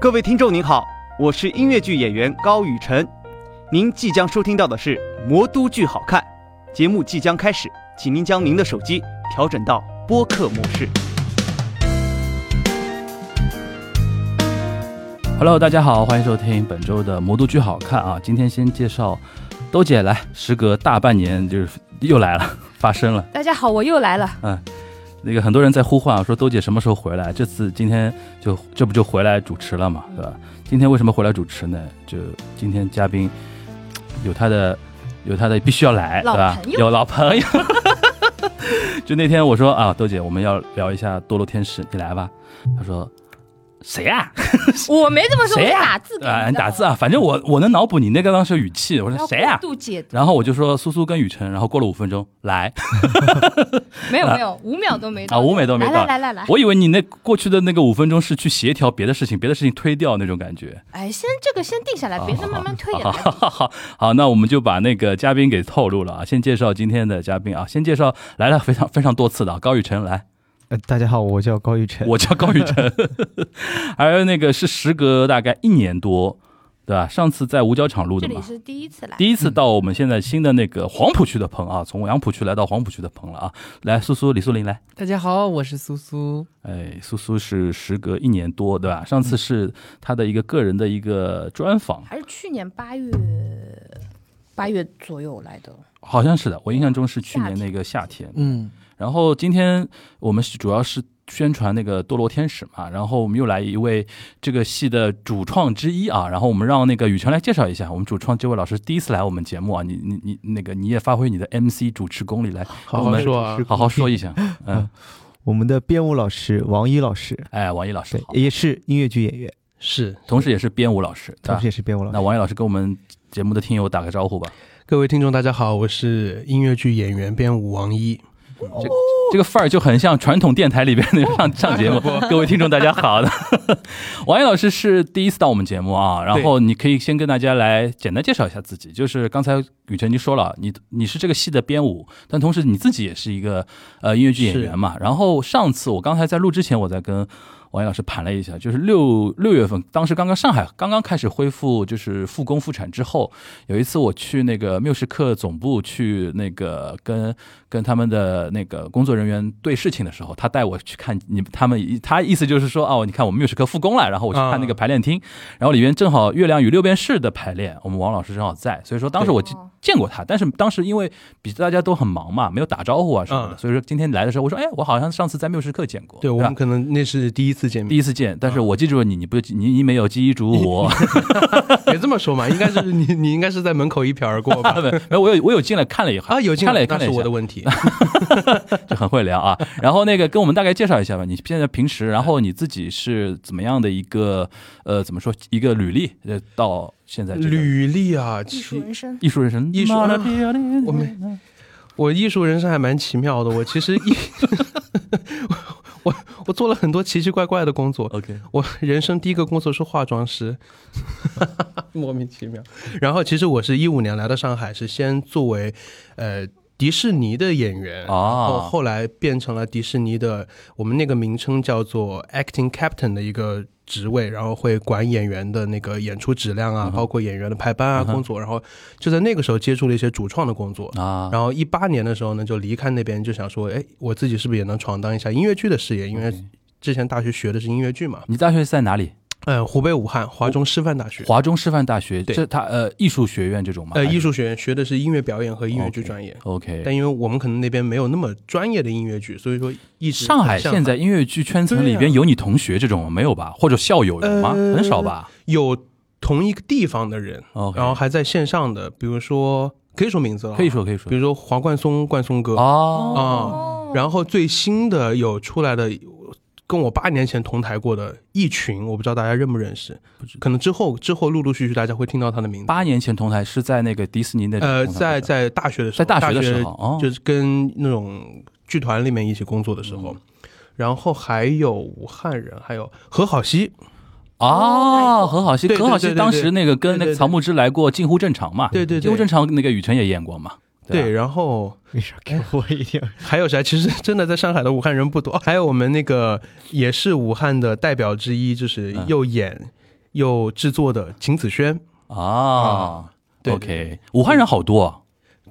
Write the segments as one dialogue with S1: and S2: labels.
S1: 各位听众您好，我是音乐剧演员高雨晨，您即将收听到的是《魔都剧好看》，节目即将开始，请您将您的手机调整到播客模式。
S2: Hello，大家好，欢迎收听本周的《魔都剧好看》啊！今天先介绍兜姐来，时隔大半年就是又来了，发生了。
S3: 大家好，我又来了。
S2: 那个很多人在呼唤啊，说兜姐什么时候回来？这次今天就这不就回来主持了嘛，对吧？今天为什么回来主持呢？就今天嘉宾有他的有他的必须要来，
S3: 老
S2: 对吧？
S3: 朋友
S2: 有老朋友。 就那天我说啊，兜姐，我们要聊一下《堕落天使》，你来吧。他说谁啊呀、
S3: 我没这么说，我
S2: 谁
S3: 是
S2: 呀
S3: 打字给
S2: 啊，
S3: 你
S2: 你
S3: 的
S2: 打字啊，反正我我能脑补你那个当时的语气。我说谁呀、
S3: 要过度解读
S2: 然后我就说苏苏跟雨辰，然后过了五分钟来
S3: 没有没有，五秒都没到
S2: 啊，五美都没
S3: 来
S2: 到
S3: 来。来来来，
S2: 我以为你那过去的那个五分钟是去协调别的事情，别的事情推掉那种感觉。啊
S3: 哎，先这个先定下来，别再慢慢推演
S2: 好
S3: 了。
S2: 好好，好，那我们就把那个嘉宾给透露了啊。先介绍今天的嘉宾啊，先介绍来了非常非常多次的啊高雨辰来，
S4: 呃，大家好，我叫高玉晨。
S2: 我叫高雨辰， 还有那个是时隔大概一年多，对吧？上次在五角场录
S3: 这
S2: 的
S3: 里
S2: 嘛，
S3: 是第一次来，
S2: 第一次到我们现在新的那个黄浦区的棚啊，从杨浦区来到黄浦区的棚了啊。来，苏苏、李素林来。
S5: 大家好，我是苏苏。
S2: 哎，苏苏是时隔一年多，对吧？上次是他的一个个人的一个专访，
S3: 还是去年八月八月左右来的。
S2: 好像是的，我印象中是去年那个夏天。
S5: 嗯，
S2: 然后今天我们是主要是宣传那个《堕落天使》嘛，然后我们又来一位这个戏的主创之一啊，然后我们让那个雨辰来介绍一下，我们主创这位老师第一次来我们节目啊，你你你那个你也发挥你的 MC 主持功力来，
S5: 好
S2: 我
S5: 好
S2: 们
S5: 说啊。
S2: 好好说一下。嗯，
S4: 我们的编舞老师王一老师，
S2: 哎，王毅老师
S4: 对
S2: 好，，
S4: 也是音乐剧演员，
S5: 是
S2: 同时也是编舞老师，对
S1: 啊
S4: 同
S2: 吧
S4: 时？也是编舞老
S2: 那
S4: 师。
S2: 王毅老师跟我们节目的听友打个招呼吧。
S5: 各位听众，大家好，我是音乐剧演员编舞王一。
S2: 这个范儿就很像传统电台里边那种上上节目。各位听众，大家好的，王毅老师是第一次到我们节目啊，然后你可以先跟大家来简单介绍一下自己。就是刚才雨辰已经说了，你你是这个戏的编舞，但同时你自己也是一个呃音乐剧演员嘛。然后上次我刚才在录之前，我在跟。王毅老师盘了一下，就是六六月份，当时刚刚上海刚刚开始恢复，就是复工复产之后，有一次我去那个缪斯克总部去那个跟跟他们的那个工作人员对事情的时候，他带我去看你们他们，他意思就是说哦，你看我们缪斯克复工了，然后我去
S5: 嗯
S2: 看那个排练厅，然后里面正好《月亮与六便士》的排练，我们王老师正好在，所以说当时我
S3: 对
S2: 见见过他，但是当时因为比大家都很忙嘛，没有打招呼啊什么的，
S5: 嗯
S2: 所以说今天来的时候我说哎，我好像上次在缪斯克见过，
S5: 对我
S2: 吧
S5: 们可能那是第一次见
S2: 啊第
S5: 面，
S2: 一次见，但是我记住了你，你不你你没有记住我，
S5: 别这么说嘛，应该是你你应该是在门口一瞥 而过吧？
S2: 没有我有我有进来看了一下
S5: 啊，有进
S2: 啊看了
S5: 来，
S2: 一看
S5: 那
S2: 了一
S5: 是
S2: 下
S5: 我的问题。
S2: 就很会聊啊。然后那个跟我们大概介绍一下吧，你现在平时，然后你自己是怎么样的一个呃，怎么说一个履历？呃，到现在这个
S5: 履历啊，
S3: 艺术
S5: 其
S3: 人生，
S2: 艺术人生，
S5: 艺术啊
S2: 我
S5: 我没我艺术人生还蛮奇妙的，我其实一 我我做了很多奇奇怪怪的工作，
S2: OK，
S5: 我人生第一个工作是化妆师，莫名其妙。然后其实我是一五年来到上海，是先作为呃迪士尼的演员，然
S2: 啊
S5: 后后来变成了迪士尼的我们那个名称叫做 acting captain 的一个职位，然后会管演员的那个演出质量
S2: 嗯
S5: 啊，包括演员的排班啊、工作。然后就在那个时候接触了一些主创的工作，
S2: 啊，
S5: 然后一八年的时候呢，就离开那边，就想说，哎，我自己是不是也能闯荡一下音乐剧的事业？因为
S2: 嗯
S5: 之前大学学的是音乐剧嘛，
S2: 你大学是在哪里？
S5: 嗯，湖北武汉华中师范大学，
S2: 哎华中师范大学，
S5: 对
S2: 这他呃艺术学院这种吗？
S5: 呃，
S2: 还是
S5: 艺术学院学的是音乐表演和音乐剧专业。
S2: OK。
S5: 但因为我们可能那边没有那么专业的音乐剧，所以说一直
S2: 上海
S5: 很向
S2: 现在音乐剧圈层里
S5: 对
S2: 边
S5: 啊
S2: 有你同学这种没有吧？或者校友有吗？
S5: 呃
S2: 很少吧
S5: 有同一个地方的人，
S2: ？OK，
S5: 然后还在线上的，比如说可以说名字了，
S2: 可以，说可以说
S5: 比如说黄贯松、贯松哥，啊
S2: 哦，
S5: 然后最新的有出来的，跟我八年前同台过的一群，我不知道大家认不认识，可能之后之后陆陆续续大家会听到他的名字。
S2: 八年前同台是在那个迪士尼那
S5: 呃，
S2: 同台
S5: 在
S2: 是吧
S5: 在大学的时
S2: 在
S5: 候，
S2: 大学的时候哦，
S5: 就是跟那种剧团里面一起工作的时
S2: 嗯
S5: 候，然后还有武汉人，还有何好西，
S2: 哦，何好西，
S5: 对对
S2: 何好西
S5: 对对
S2: 当时那个跟那个
S5: 对对对
S2: 曹木之来过《近乎正常》嘛，
S5: 对对对
S2: 近乎正常》那个雨辰也演过嘛，吧，
S5: 然 后
S4: 没事，给我一点。
S5: 还有谁？其实真的在上海的武
S2: 嗯
S5: 汉人不多，还有我们那个也是武汉的代表之一，就是又演又制作的秦子轩，
S2: 啊
S5: 对
S2: ，OK，武汉人好多啊，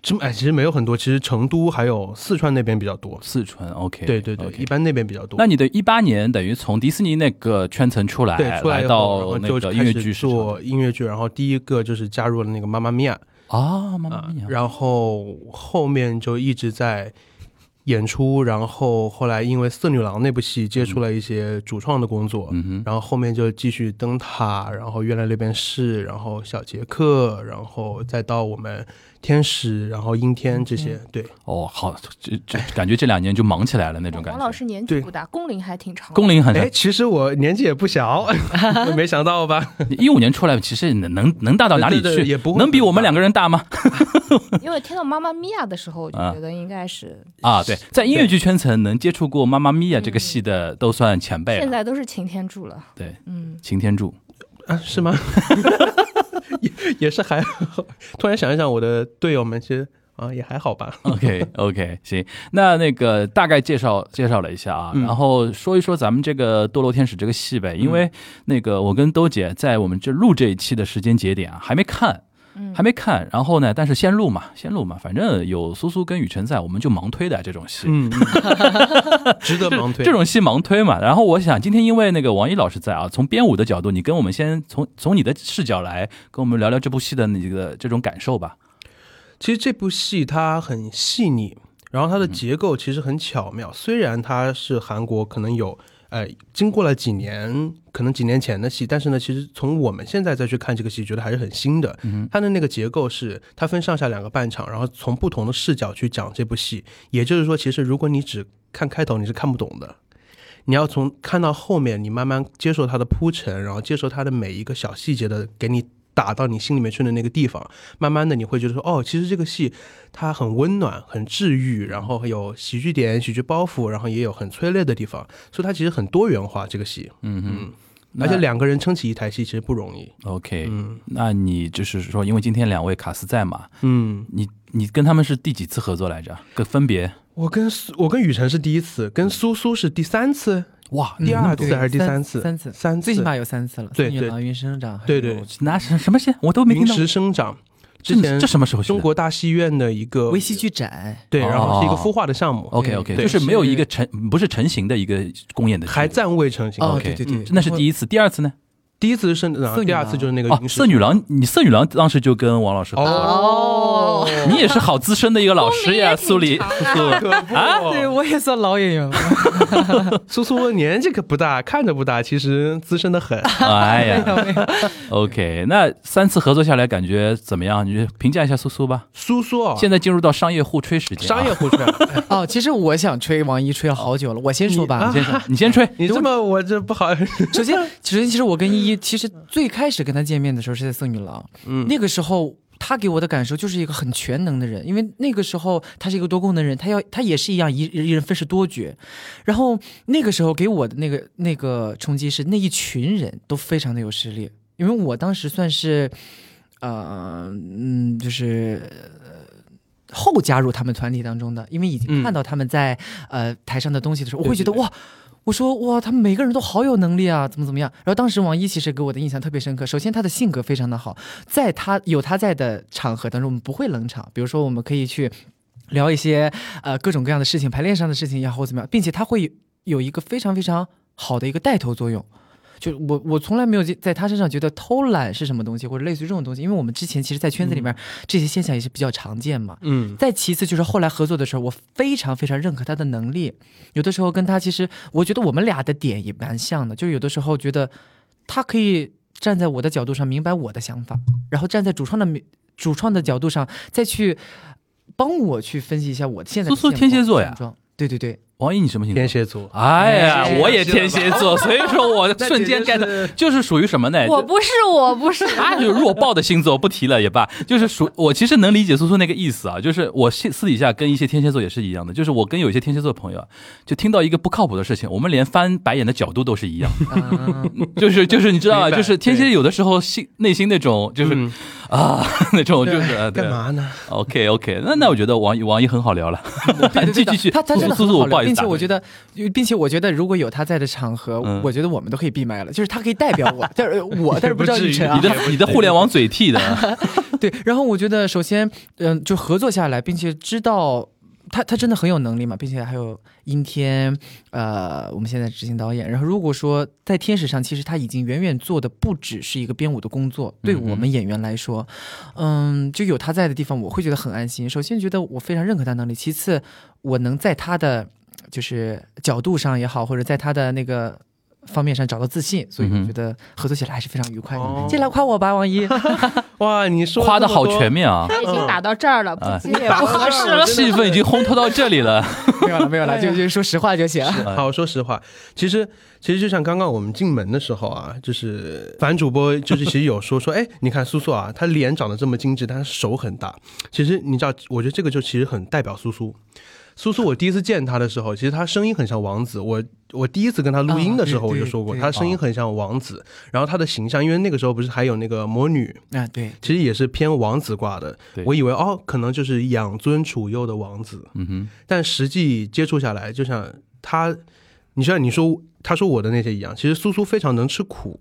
S5: 这么哎其实没有很多，其实成都还有四川那边比较多。
S2: 四川 OK，
S5: 对对对
S2: OK
S5: 一般那边比较多。
S2: 那你的一八年等于从迪士尼那个圈层出来，
S5: 对出来以后
S2: 到
S5: 然后
S2: 那
S5: 就
S2: 个
S5: 开
S2: 音乐
S5: 始
S2: 剧市场
S5: 做音乐剧，然后第一个就是加入了那个妈妈咪呀
S2: 啊，妈妈
S5: 啊
S2: 咪，呀，
S5: 然后后面就一直在演出，然后后来因为《色女郎》那部戏接触了一些主创的工作，
S2: 嗯哼，
S5: 然后后面就继续灯塔，然后原来那边是，然后小杰克，然后再到我们天使，然后阴天这些，对
S2: 哦，好，这这感觉这两年就忙起来了那种感
S3: 王
S2: 觉。
S3: 老师年纪不大，工龄还挺长的。
S2: 工龄很
S5: 哎，
S2: 长，
S5: 其实我年纪也不 小，没想到吧？
S2: 一五年出来，其实能能能大到哪里去？
S5: 对对对也不会
S2: 能比我们两个人 大吗？
S3: 因为听到《妈妈咪呀》的时候，我就觉得应该是
S2: 啊，对，在音乐剧圈层能接触过《妈妈咪呀》这个戏的，都算前辈
S3: 现
S2: 了。
S3: 在都是擎天柱了。
S2: 对，
S3: 嗯，
S2: 擎天柱
S5: 啊，是吗？ 也也是还好。突然想一想，我的队友们其实啊也还好吧。
S2: ，OK OK，行，那那个大概介绍介绍了一下啊，
S5: 嗯
S2: 然后说一说咱们这个《堕落天使》这个戏呗，因为那个我跟兜姐在我们这录这一期的时间节点啊，还没看。
S3: 嗯
S2: 还没看，然后呢？但是先录嘛，先录嘛，反正有苏苏跟雨辰在，我们就盲推的这种戏。
S5: 嗯， 值得盲推。
S2: 这种戏盲推嘛。然后我想今天因为那个王一老师在啊，从编舞的角度，你跟我们先从从你的视角来跟我们聊聊这部戏的你的这种感受吧。
S5: 其实这部戏它很细腻，然后它的结构其实很巧妙。虽然它是韩国可能有呃经过了几年，可能几年前的戏，但是呢，其实从我们现在再去看这个戏，觉得还是很新的。它的那个结构是它分上下两个半场，然后从不同的视角去讲这部戏。也就是说，其实如果你只看开头，你是看不懂的。你要从看到后面，你慢慢接受它的铺陈，然后接受它的每一个小细节的给你打到你心里面去的那个地方，慢慢的你会觉得说，哦，其实这个戏它很温暖、很治愈，然后有喜剧点、喜剧包袱，然后也有很催泪的地方，所以它其实很多元化这个戏，
S2: 嗯
S5: 嗯，而且两个人撑起一台戏其实不容易，
S2: OK，、
S5: 嗯
S2: 那你就是说，因为今天两位卡斯在嘛，
S5: 嗯，
S2: 你你跟他们是第几次合作来着？跟分别
S5: 我跟苏我跟雨辰是第一次，跟苏苏是第三次，
S2: 哇，
S5: 第二次
S6: 对
S5: 还是第
S6: 三
S5: 次？
S6: 三次，
S5: 嗯三
S6: 最起
S5: 次
S6: 码有三次了。
S5: 对
S6: 孙女
S5: 对
S6: 郎云生长，还
S5: 对
S6: 有
S5: 对
S2: 那是什么戏？我都没听
S5: 临
S2: 到。
S5: 时生长，
S2: 这
S5: 之前
S2: 这什么时候去的？
S5: 中国大戏院的一个
S6: 微戏剧展，
S5: 对，
S2: 哦
S5: 然后是一个孵化的项目，
S2: OK OK，
S5: 对
S2: 就是没有一个成不是成型的一个公演的剧
S5: 还暂未成型。
S6: 哦，
S2: OK，嗯
S6: 对对对，
S2: 那是第
S6: 一，
S2: 一次，第二次呢？
S5: 第一次是生
S6: 色
S5: 长，
S6: 女
S5: 第二
S6: 郎
S5: 次就是那个
S2: 哦，
S5: 云石
S2: 色女郎，你色女郎当时就跟王老师合作，
S5: 哦，
S2: 你也是好资深的一个老 师呀，苏
S3: 工龄也
S2: 里
S3: 挺长啊
S2: 苏。
S5: 可不，哦
S6: 对我也算老演员了。
S5: 苏苏年纪可不大，看着不大，其实资深的很。
S2: 哎 呀，OK，那三次合作下来感觉怎么样？你就评价一下苏苏吧。
S5: 苏苏啊，
S2: 现在进入到商业互吹时间啊，
S5: 商业互吹啊，哎
S6: 哦，其实我想吹王一吹了好久了，我先说吧。
S5: 你
S2: 先
S5: 啊
S2: 生，你先吹。
S5: 你这么我这不好，
S6: 首先，首先，其实我跟依依，其实最开始跟她见面的时候是在《色女郎》，
S5: 嗯
S6: 那个时候她给我的感受就是一个很全能的人，因为那个时候她是一个多功能人，她要她也是一样一一人分饰多角。然后那个时候给我的那个那个冲击是那一群人都非常的有实力，因为我当时算是，呃，嗯，就是。呃后加入他们团体当中的，因为已经
S5: 嗯
S6: 看到他们在、呃台上的东西的时候，我会
S5: 对
S6: 觉得
S5: 对
S6: 哇，我说哇，他们每个人都好有能力啊，怎么怎么样？然后当时王一其实给我的印象特别深刻。首先，他的性格非常的好，在他有他在的场合当中，我们不会冷场。比如说，我们可以去聊一些呃各种各样的事情，排练上的事情呀，或者怎么样，并且他会有有一个非常非常好的一个带头作用。就我我从来没有在他身上觉得偷懒是什么东西，或者类似于这种东西，因为我们之前其实，在圈子里面、这些现象也是比较常见嘛。
S5: 嗯
S6: 再其次就是后来合作的时候，我非常非常认可他的能力。有的时候跟他其实，我觉得我们俩的点也蛮像的，就是有的时候觉得他可以站在我的角度上明白我的想法，然后站在主创的明主创的角度上再去帮我去分析一下我现在的
S2: 苏 苏天
S6: 现
S2: 蝎
S6: 况
S2: 座呀
S6: 现状。对对对，
S2: 王一，你什么星座
S5: 天？蝎座，
S2: 哎呀
S5: 哎，
S2: 我也天蝎座，所以说我瞬间 get，
S5: 的
S2: 就是属于什么呢？
S3: 我不是，我不是，
S2: 他就是弱爆的星座，不提了也罢。就是属我其实能理解苏苏那个意思啊，就是我私私底下跟一些天蝎座也是一样的，就是我跟有一些天蝎座朋友啊，就听到一个不靠谱的事情，我们连翻白眼的角度都是一样，
S6: 啊
S2: 就是就是你知道吧，
S5: 明白
S2: 就是天蝎有的时候心内心那种就是
S5: 嗯
S2: 啊那种，就是呃对
S5: 干嘛呢？
S2: OK OK，那那我觉得王一王一很好聊了，
S6: 对对对
S2: 继
S6: 对
S2: 继续，
S6: 他他真的
S2: 苏
S6: 很
S2: 苏，我
S6: 好
S2: 不
S6: 聊，
S2: 好意
S6: 并
S2: 思打
S6: 且
S2: 断你，
S6: 我觉得，并且我觉得，如果有他在的场合，
S2: 嗯
S6: 我觉得我们都可以闭麦了。就是他可以代表我， 但是我但是不知道雨辰啊
S2: 你。的你的互联网嘴替 的，
S6: 对，然后我觉得首先，嗯、就合作下来，并且知道他他真的很有能力嘛，并且还有殷天，呃，我们现在执行导演。然后如果说在天使上，其实他已经远远做的不只是一个编舞的工作，对我
S2: 嗯
S6: 们演员来说，嗯，就有他在的地方，我会觉得很安心。首先觉得我非常认可他能力，其次我能在他的就是角度上也好，或者在他的那个。方面上找到自信，所以
S2: 嗯
S6: 我
S2: 哼
S6: 觉得合作起来还是非常愉快的。
S5: 哦
S6: 进来夸我吧，王一。
S5: 哇，你说
S2: 夸的
S5: 的
S2: 好全，面啊，
S3: 他已经打到这儿了，不
S2: 哎
S3: 接也不合适了。
S2: 气氛已经烘托到这里了，
S6: 没有了，没有了，就就说实话就行。
S5: 好，说实话，其实其实就像刚刚我们进门的时候啊，就是樊主播就是其实有说 说，哎，你看苏苏啊，她脸长得这么精致，但是手很大。其实你知道，我觉得这个就其实很代表苏苏。苏苏，我第一次见她的时候，其实她声音很像王子。我我第一次跟她录音的时候，
S6: 啊
S5: 我
S6: 对
S5: 就说过，
S6: 对对
S5: 她声音很像王子。然后她的形象，因为那个时候不是还有那个魔女，
S6: 啊，对，
S5: 其实也是偏王子挂的
S2: 对。
S5: 我以为哦，可能就是养尊处优的王子。
S2: 嗯哼，
S5: 但实际接触下来，就像他，你像你说他说我的那些一样，其实苏苏非常能吃苦，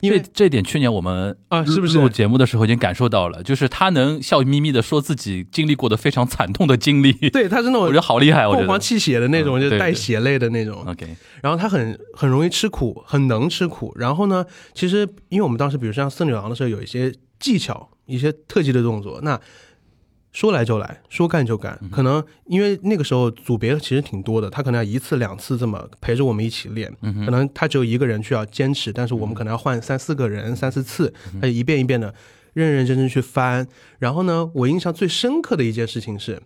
S5: 因
S2: 这
S5: 为
S2: 这点去年我们
S5: 啊是不是
S2: 录节目的时候已经感受到了，就是他能笑眯眯的说自己经历过的非常惨痛的经历，
S5: 对他是那
S2: 我觉
S5: 种
S2: 得好厉害，我觉
S5: 凤凰
S2: 得。
S5: 泣血的那种，
S2: 嗯
S5: 就是
S2: 对
S5: 带
S2: 对
S5: 血泪的那种。
S2: OK，
S5: 然后他很很容易吃苦，很能吃苦。然后呢，其实因为我们当时比如像四女郎的时候，有一些技巧、一些特技的动作，那说来就来，说干就干。可能因为那个时候组别其实挺多的，他可能要一次两次这么陪着我们一起练，可能他只有一个人去要坚持，但是我们可能要换三四个人、三四次，他一遍一遍的认认真真去翻。然后呢，我印象最深刻的一件事情是，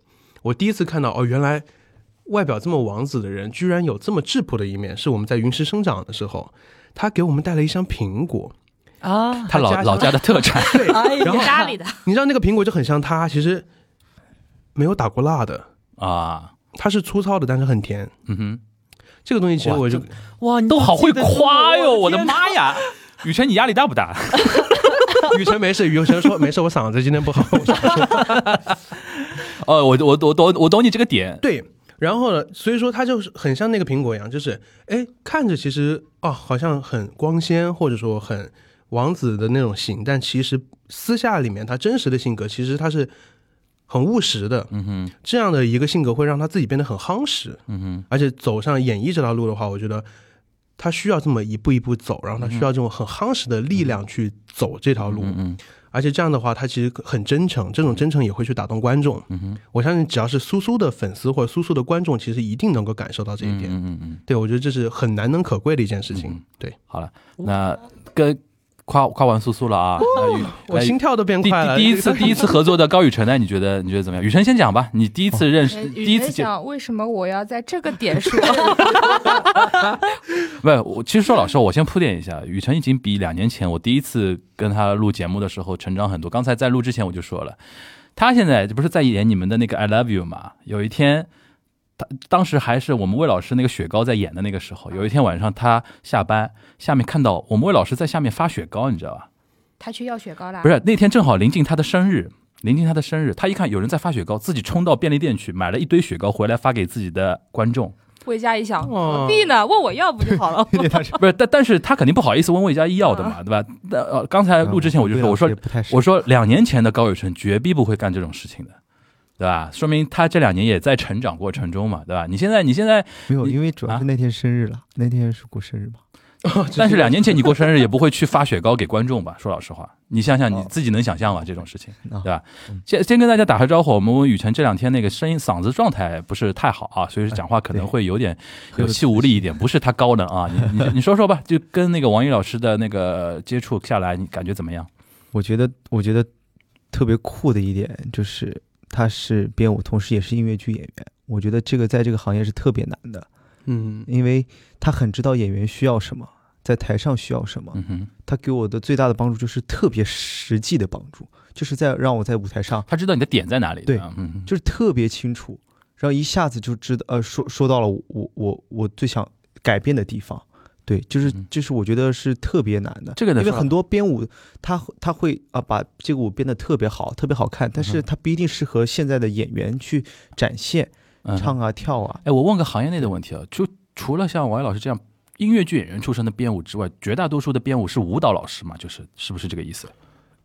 S5: 我第一次看到哦，原来外表这么王子的人，居然有这么质朴的一面。是我们在云石生长的时候，他给我们带了一箱苹果。
S6: 啊，
S2: 他老
S5: 家乡
S2: 老家的特产，
S5: 对，然后
S3: 家里的
S5: 你知道那个苹果就很像他，其实没有打过蜡的，
S2: 啊，
S5: 它是粗糙的，但是很甜。
S2: 嗯哼，
S5: 这个东西其实
S2: 哇
S5: 我就
S6: 哇，你
S2: 都好会
S6: 记得住
S2: 夸哟，我的
S6: 天哪
S2: 妈呀！雨辰，你压力大不大？
S5: 雨辰没事，雨辰说没事，我嗓子今天不好。我说
S2: 哦，我我我懂我懂你这个点，
S5: 对，然后呢，所以说它就是很像那个苹果一样，就是哎，看着其实哦，好像很光鲜，或者说很王子的那种型，但其实私下里面他真实的性格，其实他是很务实的。
S2: 嗯哼，
S5: 这样的一个性格会让他自己变得很夯实，
S2: 嗯哼，
S5: 而且走上演艺这条路的话，我觉得他需要这么一步一步走，然后他需要这种很夯实的力量去走这条路。
S2: 嗯嗯
S5: 而且这样的话，他其实很真诚，这种真诚也会去打动观众。
S2: 嗯哼，
S5: 我相信，只要是苏苏的粉丝或者苏苏的观众，其实一定能够感受到这一
S2: 嗯
S5: 点。
S2: 嗯嗯嗯，
S5: 对，我觉得这是很难能可贵的一件事情。
S2: 嗯
S5: 对
S2: 好了，那跟夸夸完苏苏了啊，那雨
S5: 我
S2: 那
S5: 心跳都变
S2: 第
S5: 快
S2: 第
S5: 了。
S2: 第一次第一次合作的高雨辰呢？你觉得你觉得怎么样？雨辰先讲吧，你第一次
S7: 哎
S2: 认识，第一次见，
S7: 想为什么我要在这个 点说？
S2: 不是我。其实说老实话，我先铺垫一下，雨辰已经比两年前我第一次跟他录节目的时候成长很多。刚才在录之前我就说了，他现在不是在演你们的那个《I Love You》嘛？有一天。他当时还是我们魏老师那个雪糕在演的那个时候，有一天晚上他下班，下面看到我们魏老师在下面发雪糕，你知道吧？
S7: 他去要雪糕啦？
S2: 不是那天正好临近他的生日，临近他的生日，他一看有人在发雪糕，自己冲到便利店去买了一堆雪糕回来发给自己的观众。
S7: 魏佳一
S2: 嗯
S7: 想，
S5: 哦
S7: 何必呢？问我要不就 好了。
S2: 不是，但但是他肯定不好意思问魏佳一要的嘛，对吧？但呃，刚才录之前我就说，我说
S4: 嗯不太熟
S2: 我说两年前的高宇辰绝逼不会干这种事情的。对吧？说明他这两年也在成长过程中嘛，对吧？你现在，你现在，
S4: 没有，
S2: 你啊
S4: 因为主要是那天生日了，那天是过 生日嘛。
S2: 但是两年前你过生日也不会去发雪糕给观众吧？说老实话，你想想你
S4: 哦
S2: 自己能想象吗？这种事情，
S4: 啊
S2: 对吧？先先跟大家打个招呼，我们雨辰这两天那个声音嗓子状态不是太好啊，所
S4: 哎
S2: 以讲话可能会有点有气无力一点，不是他高能啊。你你你说说吧，就跟那个王一老师的那个接触下来，你感觉怎么样？
S4: 我觉得，我觉得特别酷的一点就是，他是编舞，同时也是音乐剧演员。我觉得这个在这个行业是特别难的，
S5: 嗯，
S4: 因为他很知道演员需要什么，在台上需要什么。
S2: 嗯哼，
S4: 他给我的最大的帮助就是特别实际的帮助，就是在让我在舞台上
S2: 他知道你的点在哪里，
S4: 对
S2: 吧嗯，
S4: 就是特别清楚，然后一下子就知道，呃，说说到了我我我我最想改变的地方，对，就是
S2: 嗯
S4: 就是，我觉得是特别难的，
S2: 这个得
S4: 因为
S2: 说
S4: 很多编舞，他他会啊把这个舞编的特别好，特别好看，但是他不一定适合现在的演员去展现，
S2: 嗯
S4: 唱啊跳啊。
S2: 哎，我问个行业内的问题啊，就除了像王毅老师这样音乐剧演员出身的编舞之外，绝大多数的编舞是舞蹈老师嘛？就是是不是这个意思？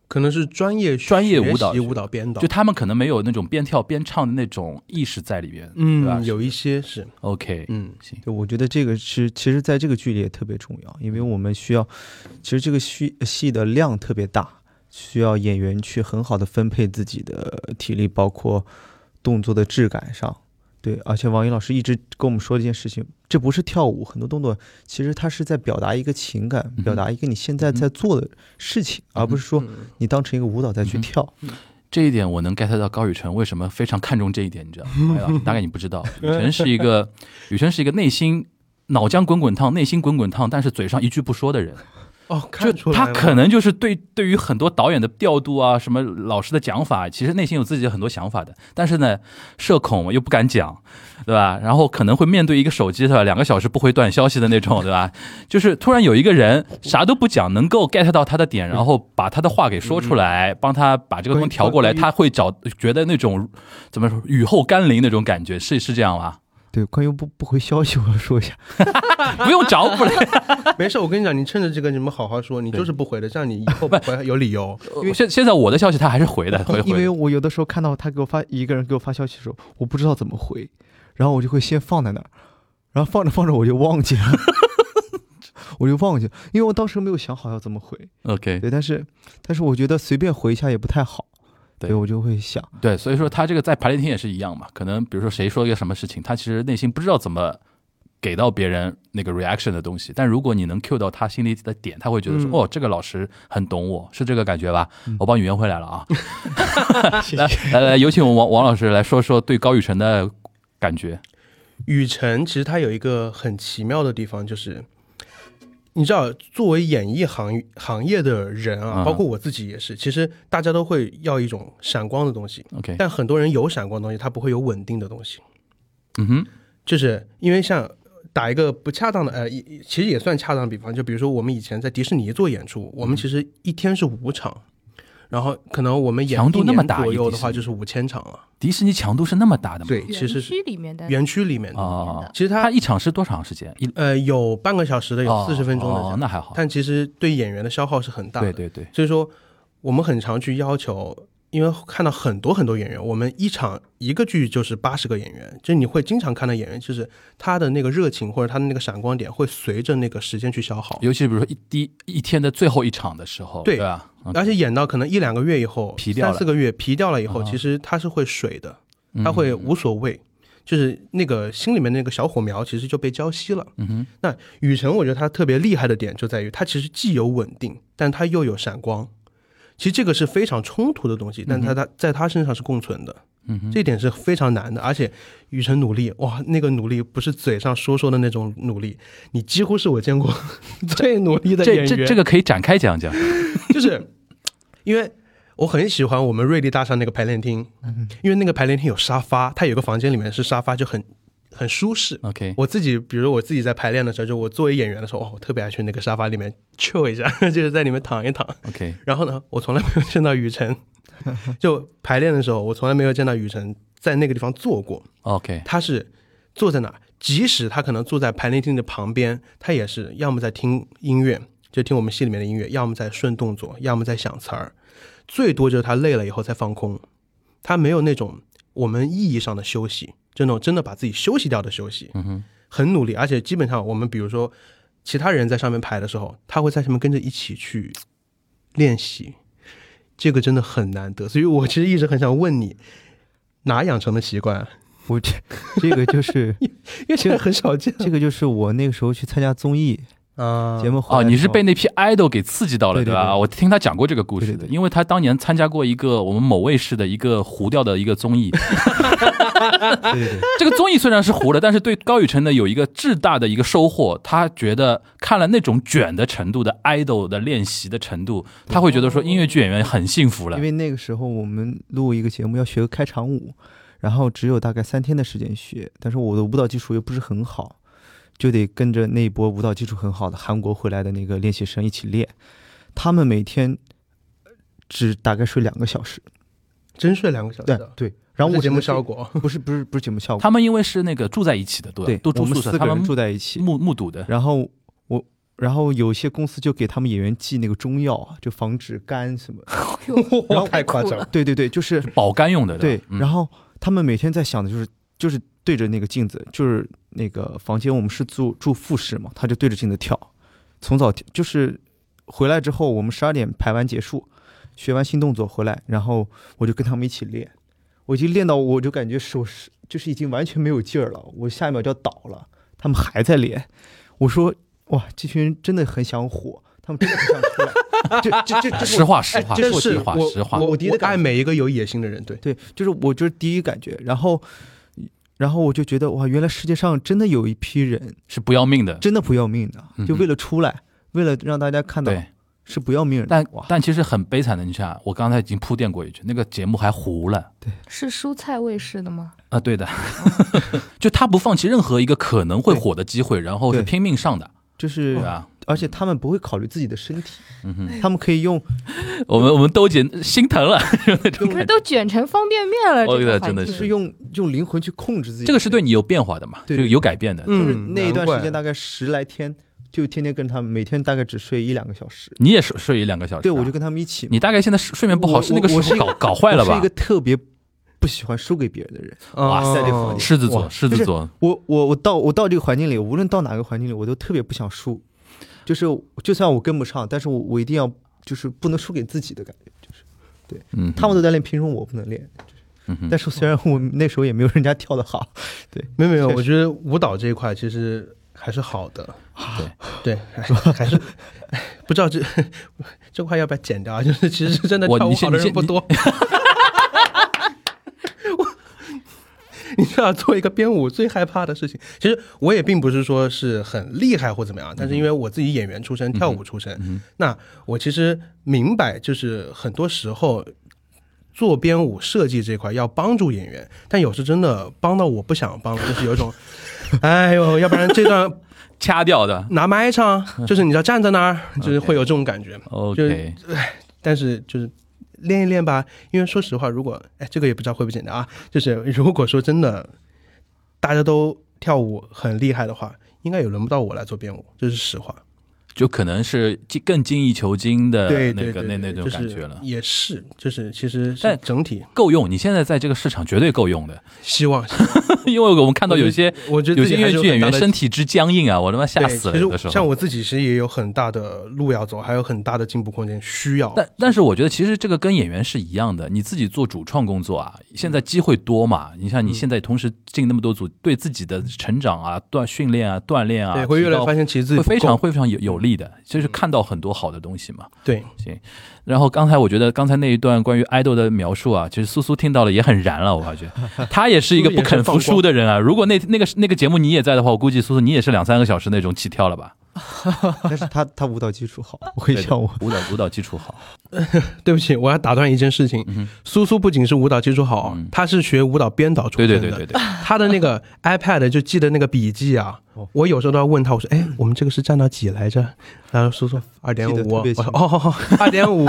S5: 可能是专业
S2: 专业舞蹈
S5: 学习舞蹈编导
S2: 就，他们可能没有那种边跳边唱的那种意识在里边，对吧
S5: 嗯，？有一些是，
S2: OK，
S5: 嗯，
S2: 行，
S4: 对，我觉得这个是其实在这个剧里也特别重要，因为我们需要，其实这个戏呃戏的量特别大，需要演员去很好的分配自己的体力，包括动作的质感上。对，而且王云老师一直跟我们说这件事情，这不是跳舞，很多动作其实它是在表达一个情感，表达一个你现
S2: 嗯
S4: 在在做的事情，而啊不是说
S5: 嗯
S4: 你当成一个舞蹈再去
S2: 嗯哼
S4: 跳。
S2: 这一点我能 get 到高宇晨为什么非常看重这一点，你知道吗？王毅老师，大概你不知道，宇晨是一个，宇晨是一个内心脑浆滚滚烫，内心滚滚烫，但是嘴上一句不说的人。
S5: 哦，
S2: 就
S5: 看出来
S2: 他
S5: 了
S2: 可能就是对对于很多导演的调度啊，什么老师的讲法，其实内心有自己很多想法的，但是呢，社恐嘛又不敢讲，对吧？然后可能会面对一个手机，对吧？两个小时不回短消息的那种，对吧？就是突然有一个人啥都不讲，能够 get 到他的点，然后把他的话给说出来，帮他把这个东西调过来，
S4: 关于
S2: 他会找觉得那种怎么说雨后甘霖那种感觉，是是这样吧？
S4: 对，关于不不回消息，我要说一下，
S2: 不用找补了，
S5: 没事，我跟你讲，你趁着这个你们好好说，你就是不回的，这样你以后不回有理 由。
S2: 因呃为现现在我的消息他还是回 的，回回
S4: 因为
S2: 的。
S4: 我有的时候看到他给我发一个人给我发消息的时候，我不知道怎么回，然后我就会先放在那儿，然后放着放着我就忘记了， 我就忘记了，因为我当时没有想好要怎么回。
S2: OK，
S4: 对，但是但是我觉得随便回一下也不太好，
S2: 对
S4: 我就会想，
S2: 对，所以说他这个在排练厅也是一样嘛，可能比如说谁说一个什么事情，他其实内心不知道怎么给到别人那个 reaction 的东西，但如果你能 cue 到他心里的点，他会觉得说，
S5: 嗯
S2: 哦，这个老师很懂我，是这个感觉吧？
S4: 嗯
S2: 我帮你圆回来了 啊！ 来来来，有请我们王王老师来说说对高雨辰的感觉。
S5: 雨辰其实他有一个很奇妙的地方，就是你知道，作为演艺行行业的人啊，
S2: 嗯
S5: 包括我自己也是，其实大家都会要一种闪光的东西，
S2: OK，
S5: 但很多人有闪光的东西，他不会有稳定的东西，
S2: 嗯哼，
S5: 就是因为像。打一个不恰当的，呃，一一其实也算恰当的比方，就比如说我们以前在迪士尼做演出，我
S2: 嗯
S5: 们其实一天是五场，然后可能我们演
S2: 强度
S5: 一
S2: 那么
S5: 年
S2: 大
S5: 左
S2: 一
S5: 右
S2: 迪
S5: 的
S2: 士
S5: 话
S2: 尼
S5: 就是五千场了，
S2: 迪士尼强度是那么大的吗？
S5: 对，其
S7: 园
S5: 实是
S7: 区里面的
S5: 园区里面的，
S2: 啊，
S5: 其实它
S2: 他一场是多长时间？一
S5: 呃，有半个小时的，有四十分钟的这
S2: 哦
S5: 样，
S2: 哦，那还好。
S5: 但其实对演员的消耗是很大的。
S2: 对对对，
S5: 所以说我们很常去要求，因为看到很多很多演员，我们一场一个剧就是八十个演员，就是你会经常看到演员，就是他的那个热情或者他的那个闪光点会随着那个时间去消耗，
S2: 尤其是比如说一第一天的最后一场的时候，
S5: 对
S2: 吧？嗯
S5: 而且演到可能一两个月以后，
S2: 疲掉了嗯
S5: 三四个月疲掉了以后，
S2: 啊
S5: 其实他是会水的，他会无所谓。就是那个心里面那个小火苗，其实就被浇熄了。
S2: 嗯哼，
S5: 那雨辰，我觉得他特别厉害的点就在于，他其实既有稳定，但他又有闪光。其实这个是非常冲突的东西，但他他在他身上是共存的，
S2: 嗯哼，
S5: 这一点是非常难的。而且雨辰努力，哇，那个努力不是嘴上说说的那种努力，你几乎是我见过 最努力的演
S2: 这
S5: 员。
S2: 这这个可以展开讲 讲。
S5: 就是因为我很喜欢我们瑞丽大厦那个排练厅，
S2: 嗯
S5: 因为那个排练厅有沙发，它有个房间里面是沙发，就很很舒适。
S2: OK，
S5: 我自己，比如我自己在排练的时候，就我作为演员的时候，哇，我特别爱去那个沙发里面 chill 一下， 就是在里面躺一躺。
S2: OK，
S5: 然后呢，我从来没有见到雨辰， 就排练的时候，我从来没有见到雨辰在那个地方坐过。
S2: OK，
S5: 他是坐在哪儿，即使他可能坐在排练厅的旁边，他也是要么在听音乐，就听我们戏里面的音乐，要么在顺动作，要么在想词儿，最多就是他累了以后再放空，他没有那种我们意义上的休息，这种真的把自己休息掉的休息，
S2: 嗯哼，
S5: 很努力，而且基本上我们比如说其他人在上面排的时候，他会在上面跟着一起去练习，这个真的很难得，所以我其实一直很想问你。哪养成的习惯啊？
S4: 我这这个 就是
S5: 因为现在很少见。
S4: 这个就是我那个时候去参加综艺
S5: 啊
S4: 节目回来
S2: 哦，
S4: 的
S2: 你
S4: 时
S2: 是
S4: 候
S2: 被那批 idol 给刺激到了，
S4: 对对
S2: 吧？
S4: 对
S2: 我听他讲过这个故事
S4: 对
S2: 的，
S4: 对对
S2: 因为他当年参加过一个我们某卫视的一个糊掉的一个综艺。
S4: 对对对，
S2: 这个综艺虽然是糊了，但是对高宇辰呢有一个至大的一个收获，他觉得看了那种卷的程度的 idol 的练习的程度，他会觉得说音乐剧演员很幸福了
S4: 因。为那个时候我们录一个节目要学个开场舞，然后只有大概三天的时间学，但是我的舞蹈基础又不是很好，就得跟着那一波舞蹈基础很好的韩国回来的那个练习生一起练，他们每天呃只大概睡两个小时，
S5: 真睡两个小时
S4: 对
S5: 啊。
S4: 对。然后
S5: 不是
S4: 我
S5: 节目
S4: 们是
S5: 效 果，
S4: 不是不是不是节目效果，
S2: 他们因为是那个住在一起的，对吧，
S4: 对，
S2: 都
S4: 我
S2: 住
S4: 们
S2: 宿
S4: 四
S2: 舍，
S4: 个
S2: 他
S4: 人
S2: 们
S4: 住在一起，
S2: 目目睹的，
S4: 然后我，然后有些公司就给他们演员寄那个中药啊，就防止肝什么的。
S5: 然后太夸张了，
S4: 对对对，就是
S2: 保肝用的，嗯
S4: 对。然
S2: 后
S4: 后他们每天在想的就是，就是对着那个镜子，就是那个房间，我们是住住复式嘛，他就对着镜子跳，从早跳就是回来之后，我们十二点排完结束，学完新动作回来，然后我就跟他们一起练，我已经练到我就感觉手是就是已经完全没有劲儿了，我下一秒就要倒了，他们还在练，我说哇，这群人真的很想火，他们真的很想出来， 这这这这是
S2: 实
S4: 我哎
S2: 话实话，
S4: 这
S2: 这是
S4: 是
S5: 是
S2: 实话
S5: 我
S2: 实话
S5: 我，
S4: 我
S5: 我
S4: 敌的感
S5: 爱每一个有野心的人，对，
S4: 对，就是我就是第一感觉，然后，然后我就觉得哇，原来世界上真的有一批人
S2: 是不要命的，
S4: 真的不要命
S2: 嗯
S4: 的，就为了出来，为了让大家看到
S2: 对。
S4: 是不要命人的。
S2: 但
S4: 哇，
S2: 但其实很悲惨的，你想，啊我刚才已经铺垫过一句，那个节目还糊了
S7: 是蔬菜卫视的吗？
S2: 啊， 对的，就他不放弃任何一个可能会火的机会，然后是
S4: 对
S2: 拼命上的，
S4: 就是
S2: 对，吧？
S4: 而且他们不会考虑自己的身体，
S2: 嗯哼，
S4: 他们可以用
S2: 我们我们都姐心疼了，
S7: 不是都卷成方便面了？
S2: 哦
S7: 这个
S2: 对真的
S7: 环境
S4: 就是用用灵魂去控制自己的身体。
S2: 这个是对你有变化的嘛？
S4: 对
S2: 就有改变的。
S4: 就是
S5: 嗯
S4: 那一
S5: 难
S4: 段
S5: 怪
S4: 时间大概十来天，就天天跟他们，每天大概只睡一两个小时。
S2: 你也睡睡一两个小时啊，
S4: 对，我就跟他们一起嘛。
S2: 你大概现在睡睡眠不好
S4: 我
S2: 是那个
S4: 我我
S2: 手
S4: 是一个
S2: 搞搞坏了
S4: 我是
S2: 吧
S4: 一个？特别不喜欢输给别人的人。
S2: 哇
S4: 塞
S5: 嗯
S4: 这房间
S2: 狮子座，
S4: 哇
S2: 狮子
S4: 就是
S2: 座，
S4: 我我我到我到这个环境里，无论到哪个环境里，我都特别不想输，就是就算我跟不上，但是我我一定要就是不能输给自己的感觉。
S2: 嗯，
S4: 他们都在练，凭什么我不能练？
S2: 嗯哼，
S4: 但是虽然我那时候也没有人家跳的好，
S5: 没有没有，
S4: 确实
S5: 我觉得舞蹈这一块其实还是好的，
S2: 啊
S5: 对对，还 是不知道这 这块要不要剪掉啊？ 就是其实真的
S2: 我
S5: 跳舞
S2: 你先
S5: 好的
S2: 你先
S5: 人不多。 我你知道，做一个编舞最害怕的事情，其实我也并不是说是很厉害或怎么样，但是因为我自己演员出身，跳舞出身，
S2: 嗯
S5: 那我其实明白，就是很多时候做编舞设计这块要帮助演员，但有时真的帮到我不想帮了，就是有一种，哎呦，要不然这段
S2: 掐掉的。
S4: 嗯
S5: 拿麦唱，就是你知道站在那儿，就是会有这种感觉。
S2: OK，
S5: 但是就是练一练吧，因为说实话，如果哎这个也不知道会不会简单啊，就是如果说真的大家都跳舞很厉害的话，应该也轮不到我来做编舞，这是实话。
S2: 就可能是精更精益求精的
S5: 对
S2: 那
S5: 对
S2: 个
S5: 对，
S2: 那那
S5: 对
S2: 种
S5: 就是
S2: 感觉了，
S5: 也是，就是其实是
S2: 但
S5: 整体
S2: 够用。你现在在这个市场绝对够用的，
S5: 希望，
S2: 因为我们看到有一些
S5: 我觉得
S2: 有
S5: 自
S2: 些
S5: 己
S2: 音
S5: 还
S2: 乐
S5: 是有
S2: 剧演
S5: 很大
S2: 员
S5: 的
S2: 身体之僵硬啊，我他妈吓
S5: 对
S2: 死了。
S5: 其
S2: 有的时
S5: 实
S2: 候，
S5: 像我自己其实也有很大的路要走，还有很大的进步空间，需要。
S2: 但但是我觉得其实这个跟演员是一样的，你自己做主创工作啊，现在机会多嘛，你
S5: 嗯
S2: 像你现在同时进那么多组，对自己的成长啊、锻训练啊、锻炼啊，
S5: 对，会越来
S2: 提
S5: 越
S2: 高
S5: 发现其实自己
S2: 会
S5: 不
S2: 非
S5: 够嗯
S2: 常会非常有有利的，就是看到很多好的东西嘛。
S5: 对，
S2: 然后刚才我觉得刚才那一段关于爱豆的描述啊，其实苏苏听到了也很燃了，我发 觉他也是一个不肯服输的人啊。如果那那个那个节目你也在的话，我估计苏苏你也是两三个小时那种起跳了吧？
S4: 但是他他舞蹈基础好，我会像我，
S2: 舞蹈舞蹈基础好，
S5: 对不起，我要打断一件事情。苏苏不仅是舞蹈基础好
S2: 嗯，
S5: 他是学舞蹈编导出
S2: 对
S5: 身
S2: 对
S5: 的。
S2: 对对对，
S5: 他的那个 iPad 就记得那个笔记啊
S4: 哦，
S5: 我有时候都要问他，我说：“哎，我们这个是占到几来着？”然后苏苏二点
S4: 记得
S5: 五，
S4: 特
S5: 我
S4: 别
S5: 说：“
S4: 清楚
S5: 哦哦，二点五，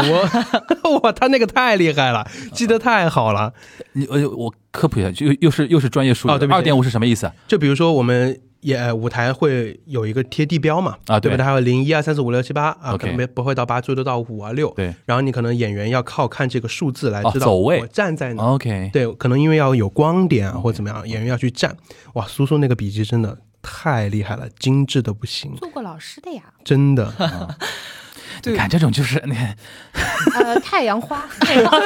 S5: 哇，他那个太厉害了，记得太好了。
S2: 你呃我科普一下，就又又是又是专业术
S5: 哦对
S2: 语，
S5: 不起
S2: 二点五是什么意思啊？”
S5: 就比如说我们也呃舞台会有一个贴地标嘛，
S2: 啊
S5: 对
S2: 对
S5: 吧？它有零一二三四五六七八啊，
S2: OK
S5: 可能没不会到八，最多到五啊六。
S2: 对
S5: 然后你可能演员要靠看这个数字来
S2: 啊
S5: 知道
S2: 走位哦
S5: 我站
S2: 嗯
S5: 在哪
S2: ，OK，
S5: 对，可能因为要有光点啊，或者怎么样，演员要去站。哇，苏苏那个笔记真的太厉害了，精致的不行，
S7: 做过老师的呀，
S5: 真的。
S2: 你看这种就是 那
S7: 呃，太阳花，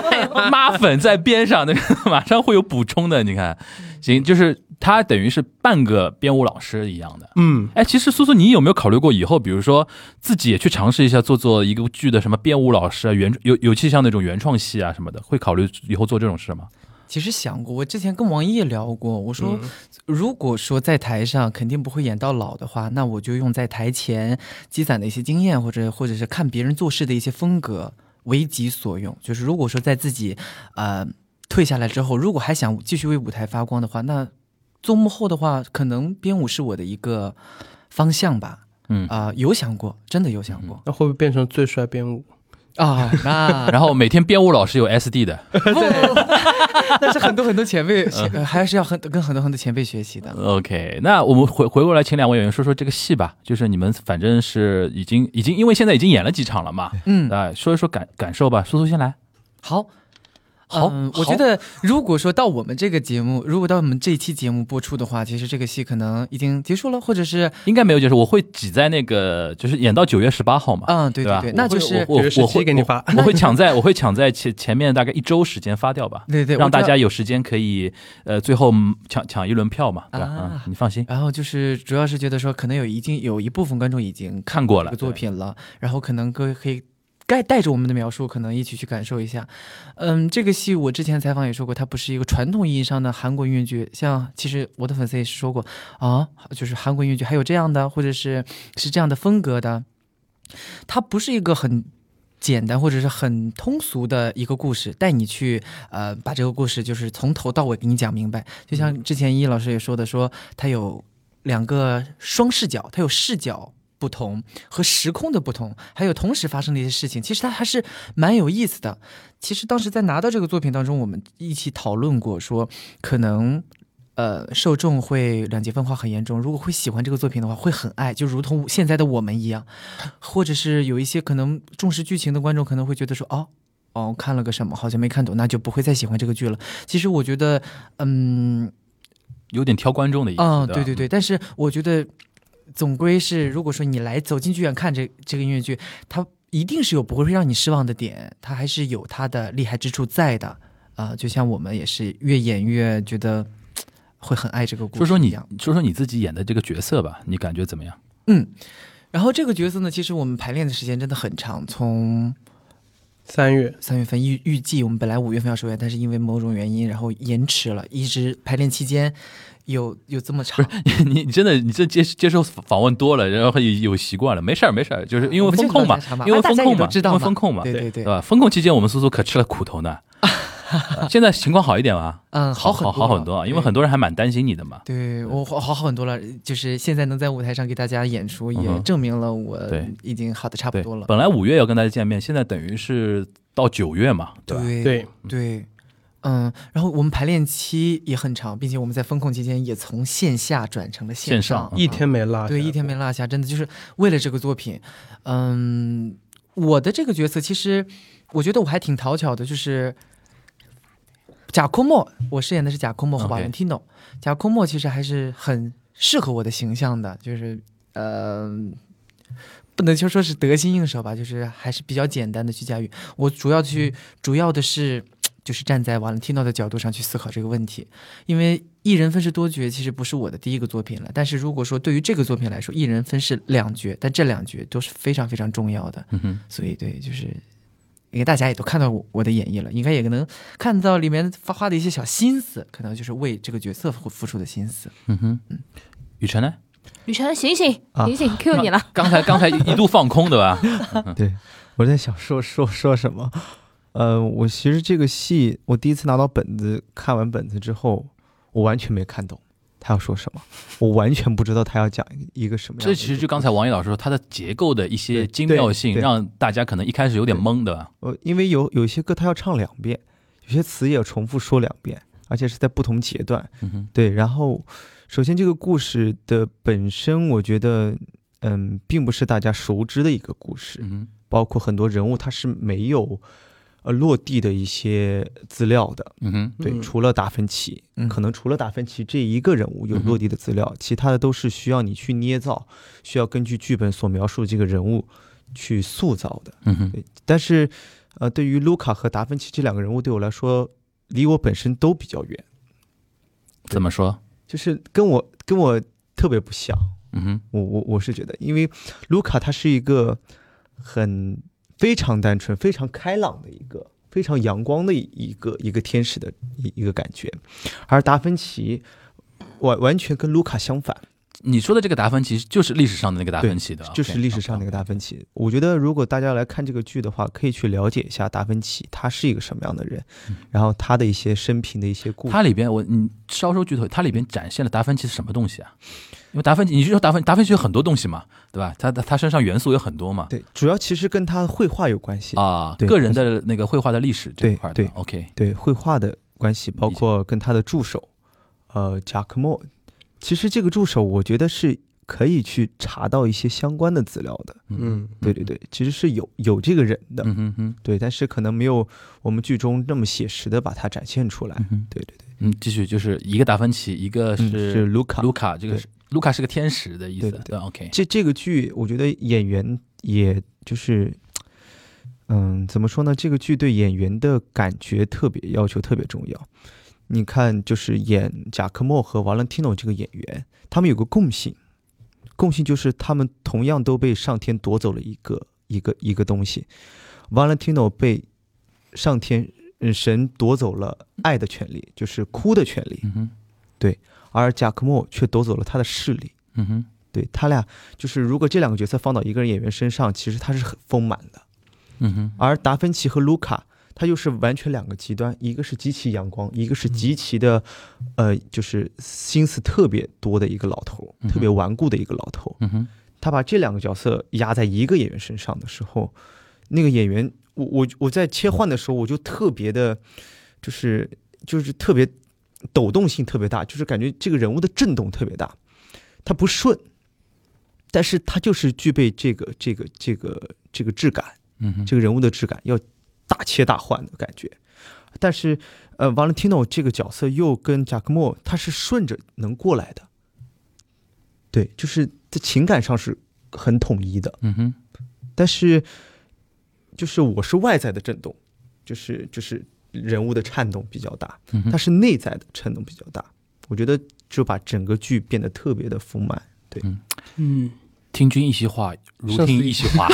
S2: 妈粉在边上，那个 马上会有补充的。你看，行，就是他等于是半个编舞老师一样的。
S5: 嗯，
S2: 哎，其实苏苏，你有没有考虑过以后，比如说自己也去尝试一下做做一个剧的什么编舞老师啊，原尤尤其像那种原创戏啊什么的，会考虑以后做这种事 吗？
S6: 其实想过，我之前跟王毅聊过，我说、
S5: 嗯
S6: 如果说在台上肯定不会演到老的话，那我就用在台前积攒的一些经验，或者或者是看别人做事的一些风格为己所用。就是如果说在自己呃退下来之后，如果还想继续为舞台发光的话，那做幕后的话，可能编舞是我的一个方向吧。
S2: 嗯
S6: 啊、有想过，真的有想过
S5: 那会不会变成最帅编舞？
S6: 啊。 那
S2: 然后每天编舞老师有 SD 的，
S6: 但是很多很多前辈，
S2: 嗯
S6: 前呃还是要很跟很多很多前辈学习的。
S2: OK，那我们回回过来，请两位演员说说这个戏吧，就是你们反正是已经已经，因为现在已经演了几场了嘛，
S6: 嗯，
S2: 啊、说一说感感受吧。苏苏先来，
S6: 好，
S2: 好
S6: 嗯我
S2: 好
S6: 觉得如果说到我们这个节目，如果到我们这一期节目播出的话，其实这个戏可能已经结束了，或者是
S2: 应该没有结束，我会挤在那个就是演到九月十八号嘛，
S6: 嗯，对
S2: 吧？
S6: 对，那
S2: 我会
S6: 就是
S2: 我
S5: 九月
S2: 我
S5: 十
S2: 我
S5: 七
S2: 会
S5: 给你发，
S2: 我会抢在我会抢在前前面大概一周时间发掉吧，
S6: 对对，
S2: 让
S6: 我
S2: 大
S6: 知道
S2: 家有时间可以呃最后嗯抢抢一轮票嘛，对吧？
S6: 啊
S2: 嗯，你放心，
S6: 然后就是主要是觉得说，可能有已经有一部分观众已经
S2: 看过了
S6: 这个作品了，然后可能各位可以带带着我们的描述，可能一起去感受一下。嗯，这个戏我之前采访也说过，它不是一个传统意义上的韩国音乐剧，像其实我的粉丝也是说过啊，就是韩国音乐剧还有这样的，或者是是这样的风格的，它不是一个很。简单或者是很通俗的一个故事，带你去呃把这个故事就是从头到尾给你讲明白。就像之前一老师也说的说它有两个双视角，它有视角不同和时空的不同，还有同时发生的一些事情，其实它还是蛮有意思的。其实当时在拿到这个作品当中，我们一起讨论过说，可能。呃，受众会两极分化很严重。如果会喜欢这个作品的话，会很爱，就如同现在的我们一样，或者是有一些可能重视剧情的观众可能会觉得说，哦，哦，看了个什么，好像没看懂，那就不会再喜欢这个剧了。其实我觉得，嗯，
S2: 有点挑观众的意思，
S6: 嗯，
S2: 吧
S6: 对对对，但是我觉得总归是，如果说你来走进剧院看这这个音乐剧，它一定是有不会让你失望的点，它还是有它的厉害之处在的啊、就像我们也是越演越觉得会很爱这个故事
S2: 说说
S6: 一
S2: 你
S6: 样，
S2: 说说你自己演的这个角色吧，你感觉怎么样？
S6: 嗯。然后这个角色呢，其实我们排练的时间真的很长，从
S5: 三月
S6: 三月份预预计我们本来五月份要首演，但是因为某种原因，然后延迟了，一直排练期间有有这么长，
S2: 你你真的你这接接受访问多了，然后有有习惯了，没事儿没事儿，就是因为风控嘛
S6: 我们这个老家常，嘛
S2: 因为
S6: 啊大
S2: 风
S6: 家
S2: 控
S6: 也
S2: 嘛，
S6: 都知道
S2: 因为
S6: 嘛
S2: 风控嘛，
S6: 对对对
S2: 吧？风控期间我们苏苏可吃了苦头 呢。呃现在情况好一点吧？
S6: 嗯，
S2: 好
S6: 很多
S2: 好
S6: 了
S2: 很多啊，因为
S6: 对
S2: 很多人还蛮担心你的嘛。
S6: 对我好好很多了，就是现在能在舞台上给大家演出，
S2: 嗯
S6: 也
S2: 哼
S6: 证明了我
S2: 对
S6: 已经好的差不
S2: 对
S6: 多了，。
S2: 本来五月要跟大家见面，现在等于是到九月嘛，吧？
S6: 对
S5: 对，
S6: 对嗯，然后我们排练期也很长，并且我们在风控期间也从线下转成了
S2: 线上
S6: 上
S2: 嗯
S5: 一天没落，
S6: 对，一天没落下，真的就是为了这个作品。嗯，我的这个角色其实我觉得我还挺讨巧的，就是贾科莫，我饰演的是贾科莫和
S2: OK
S6: 瓦伦蒂诺。贾科莫其实还是很适合我的形象的，就是呃。不能就说是得心应手吧，就是还是比较简单的去驾驭。我主要去，主要的是，就是站在瓦伦蒂诺的角度上去思考这个问题。因为一人分饰多角其实不是我的第一个作品了，但是如果说对于这个作品来说，一人分饰两角，但这两角都是非常非常重要的，
S2: 嗯哼，
S6: 所以对，就是因为大家也都看到我我的演绎了，应该也能看到里面发花的一些小心思，可能就是为这个角色付付出的心思。
S2: 嗯哼，雨辰呢？
S7: 雨辰，醒醒
S4: 啊
S7: 醒醒，Q 你了。
S2: 刚才刚才一度放空对 吧？
S4: 对， 我在想说说说什么。呃，我其实这个戏，我第一次拿到本子，看完本子之后，我完全没看懂他要说什么，我完全不知道他要讲一个什么样
S2: 这
S4: 的。
S2: 其实就刚才王毅老师说，它的结构的一些
S4: 对
S2: 精妙
S4: 对
S2: 性，
S4: 对
S2: 让大家可能一开始有点
S4: 对
S2: 懵的。
S4: 呃，因为有有一些歌他要唱两遍，有些词也要重复说两遍，而且是在不同阶段。
S2: 嗯哼，
S4: 对，然后首先这个故事的本身，我觉得，嗯，并不是大家熟知的一个故事，
S2: 嗯哼，
S4: 包括很多人物他是没有，呃，落地的一些资料的。
S2: 嗯哼。
S4: 对，
S5: 嗯
S4: 除了达芬奇，
S6: 嗯
S4: 可能除了达芬奇这一个人物有
S2: 嗯哼
S4: 落地的资料，其他的都是需要你去捏造，需要根据剧本所描述的这个人物去塑造的。
S2: 嗯哼，
S4: 但是，呃，对于卢卡和达芬奇这两个人物，对我来说，离我本身都比较远，
S2: 怎么说？
S4: 就是跟我跟我特别不像。
S2: 嗯哼，
S4: 我我我是觉得，因为卢卡他是一个很非常单纯、非常开朗的一个、非常阳光的一一个一个天使的一一个感觉，而达芬奇完完全跟卢卡相反，
S2: 你说的这个达芬奇就是历史上的那个达芬奇的啊，
S4: 就是历史上那个达芬奇。我觉得如果大家来看这个剧的话，可以去了解一下达芬奇他是一个什么样的人，
S2: 嗯
S4: 然后他的一些生平的一些故事。
S2: 它里边我你稍稍剧透，它里边展现了达芬奇是什么东西啊？因为达芬奇，你是说达芬达芬奇有很多东西嘛，对吧？他他他身上元素有很多嘛，
S4: 对，主要其实跟他绘画有关系，
S2: 啊，
S4: 对
S2: 个人的那个绘画的历史这一
S4: 对
S2: 块的
S4: 对
S2: o k
S4: 对绘画的关系，包
S2: 理解
S4: 括跟他的助手，呃，贾克莫。其实这个助手，我觉得是可以去查到一些相关的资料的。
S5: 嗯，
S4: 对对对，其实是有有这个人的，
S2: 嗯哼哼，
S4: 对，但是可能没有我们剧中那么写实的把它展现出来。
S2: 嗯哼，
S4: 对对对，
S2: 嗯，继续就是一个达芬奇，一个
S4: 嗯
S2: 是
S4: 是卢卡。
S2: 卢卡，这个
S4: 对
S2: 是卢卡是个天使的意思，啊
S4: 对对对
S2: o k
S4: 这这个剧，我觉得演员也就是，嗯，怎么说呢？这个剧对演员的感觉特别要求特别重要。你看，就是演贾科莫和瓦伦蒂诺这个演员，他们有个共性，共性就是他们同样都被上天夺走了一个一个一个东西。瓦伦蒂诺被上天嗯神夺走了爱的权利，就是哭的权利，
S2: 嗯哼，
S4: 而贾科莫却夺走了他的视力。
S2: 嗯哼，
S4: 对他俩，就是如果这两个角色放到一个人演员身上，其实他是很丰满的。
S2: 嗯哼，
S4: 而达芬奇和卢卡，他又是完全两个极端，一个是极其阳光，一个是极其的，呃，就是心思特别多的一个老头
S2: 嗯，哼
S4: 特别顽固的一个老头。
S2: 嗯哼，
S4: 他把这两个角色压在一个演员身上的时候，那个演员，我我我在切换的时候，我就特别的，就是就是特别抖动性特别大，就是感觉这个人物的震动特别大，他不顺，但是他就是具备这个这个这个这个质感，
S2: 嗯哼，
S4: 这个人物的质感要大切大换的感觉。但是，呃，Valentino 这个角色又跟贾克莫他是顺着能过来的，对，就是在情感上是很统一的。
S2: 嗯哼，
S4: 但是，就是我是外在的震动，就是就是人物的颤动比较大，
S2: 嗯哼
S4: 但，是内在的颤动比较大。我觉得就把整个剧变得特别的丰满。
S7: 嗯，
S2: 听君一席话，如听一席话，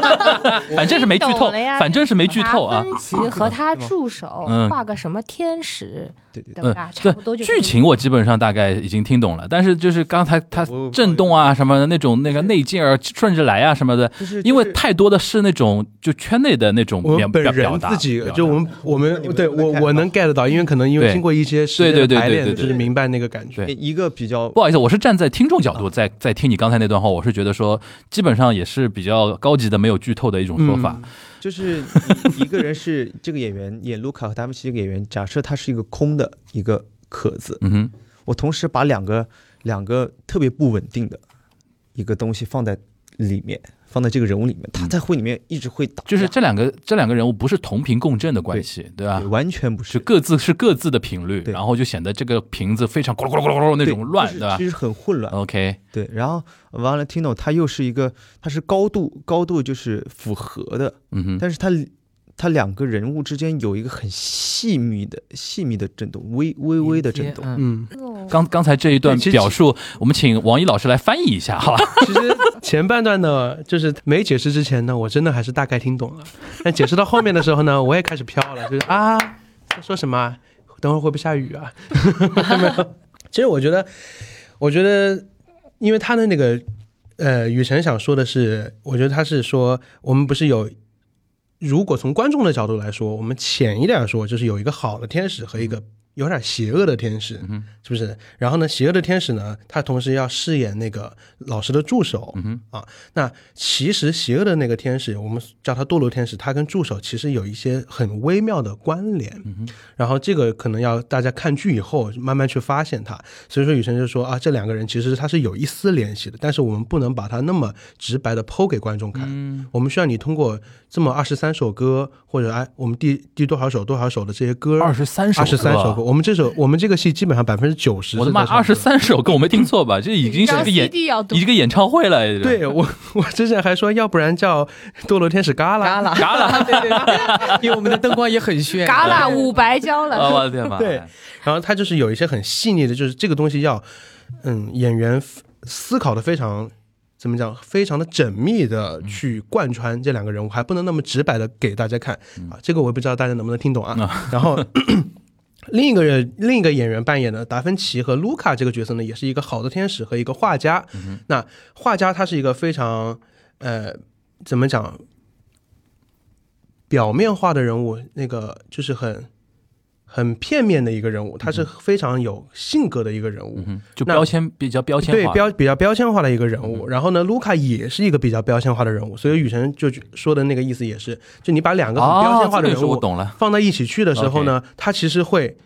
S2: 反正是没剧透
S7: 我听懂了，呀
S2: 反正是没剧透啊
S7: 达。芬奇和他助手
S2: 嗯
S7: 画个什么天使，
S4: 对对对，
S7: 对吧？差不多就
S2: 剧情我基本上大概已经听懂了，但是就是刚才它
S4: 我
S2: 震动啊什么的那种那个内劲儿顺着来啊什么的，
S4: 就是
S2: 因为太多的是那种就圈内的那种
S5: 我
S2: 表
S5: 们本
S2: 表表
S5: 人
S2: 达，
S5: 自己
S2: 表达
S5: 就我们我
S4: 你
S5: 们
S4: 们
S5: 对
S4: 能
S5: 我
S4: get
S5: 我
S4: 到
S5: 能 get 到，因为可能因为
S2: 对
S5: 经过一些时
S2: 对对
S5: 间
S2: 对
S5: 的排
S2: 对
S5: 练，
S2: 对
S5: 就是明白那个感觉。
S2: 对
S4: 一个比较
S2: 不好意思，我是站在听众角度在在听你刚才那段话，我是觉得说基本上也是比较高级的没有剧透的一种说法。
S4: 就是一一个人是这个演员演卢卡和达芬奇这个演员，假设他是一个空的一个壳子，
S2: 嗯哼，
S4: 我同时把两个两个特别不稳定的一个东西放在里面，放在这个人物里面，他在会里面一直会打架，
S2: 就是这两个这两个人物不是同频共振的关系，对吧
S4: 对？完全不
S2: 是
S4: 是
S2: 各自是各自的频率，
S4: 对
S2: 然后就显得这个瓶子非常咕噜咕噜咕噜咕噜那
S4: 对
S2: 种乱，
S4: 就是
S2: 对吧嗯
S4: 其实很混乱。
S2: ？OK，
S4: 对，然后 Valentino 他又是一个，他是高度高度就是符合的，
S2: 嗯哼，
S4: 但是他他两个人物之间有一个很细密的细密的震动，微微微的震动。
S6: 嗯
S5: 嗯，
S7: 哦
S2: 刚刚才这一段
S5: 对其实
S2: 表述，我们请王一老师来翻译一下，好吧？
S5: 其实前半段呢，就是没解释之前呢，我真的还是大概听懂了。但解释到后面的时候呢，我 也开始飘了，就是啊，在说什么啊？等会儿会不会下雨啊？ 没有。其实我觉得，我觉得，因为他的那个，呃，雨辰想说的是，我觉得他是说，我们不是有，如果从观众的角度来说，我们浅一点说，就是有一个好的天使和一个有点邪恶的天使，
S2: 哼
S5: 是不是？然后呢，邪恶的天使呢，他同时要饰演那个老师的助手，啊
S2: 嗯哼，
S5: 那其实邪恶的那个天使，我们叫他堕落天使，他跟助手其实有一些很微妙的关联。
S2: 嗯
S5: 然后这个可能要大家看剧以后慢慢去发现它。所以说雨辰就说啊，这两个人其实他是有一丝联系的，但是我们不能把它那么直白的剖给观众看。
S2: 嗯
S5: 我们需要你通过这么二十三首歌，或者哎，我们第第多少首多少首的这些歌，
S2: 二十三首，
S5: 二十三首歌，，我们这首我们这个戏基本上百分之九十，
S2: 我的妈，二十三首歌，我没听错吧？这已经是一
S7: 哦
S2: 个演
S3: CD 要读
S2: 一个演唱会了，
S5: 对 我， 我之前还说，要不然叫《堕落天使嘎啦》，
S6: 嘎啦，嘎啦， 对对对， 因为我们的灯光也很炫，
S7: 嘎啦五白交
S2: 啊，
S7: 了，
S2: 我的天妈，
S5: 对然后他就是有一些很细腻的，就是这个东西要，嗯，演员 f- 思考的非常怎么讲，非常的缜密的去贯穿这两个人物，还不能那么直白的给大家看啊。这个我也不知道大家能不能听懂啊。 然后。另一个人，另一个演员扮演的达芬奇和卢卡这个角色呢，也是一个好的天使和一个画家。那画家他是一个非常，呃，怎么讲，表面化的人物，那个就是很很片面的一个人物，他是非常有性格的一个人物。
S2: 嗯，就
S5: 那
S2: 标签比较标签
S5: 对
S2: 化，嗯
S5: 标比较标签化的一个人物。然后呢，卢卡也是一个比较标签化的人物，所以雨辰就说的那个意思也是，就你把两个很标签化
S2: 哦这个
S5: 的人
S2: 是我
S5: 物
S2: 懂了，
S5: 放到一起去的时候呢，它其实会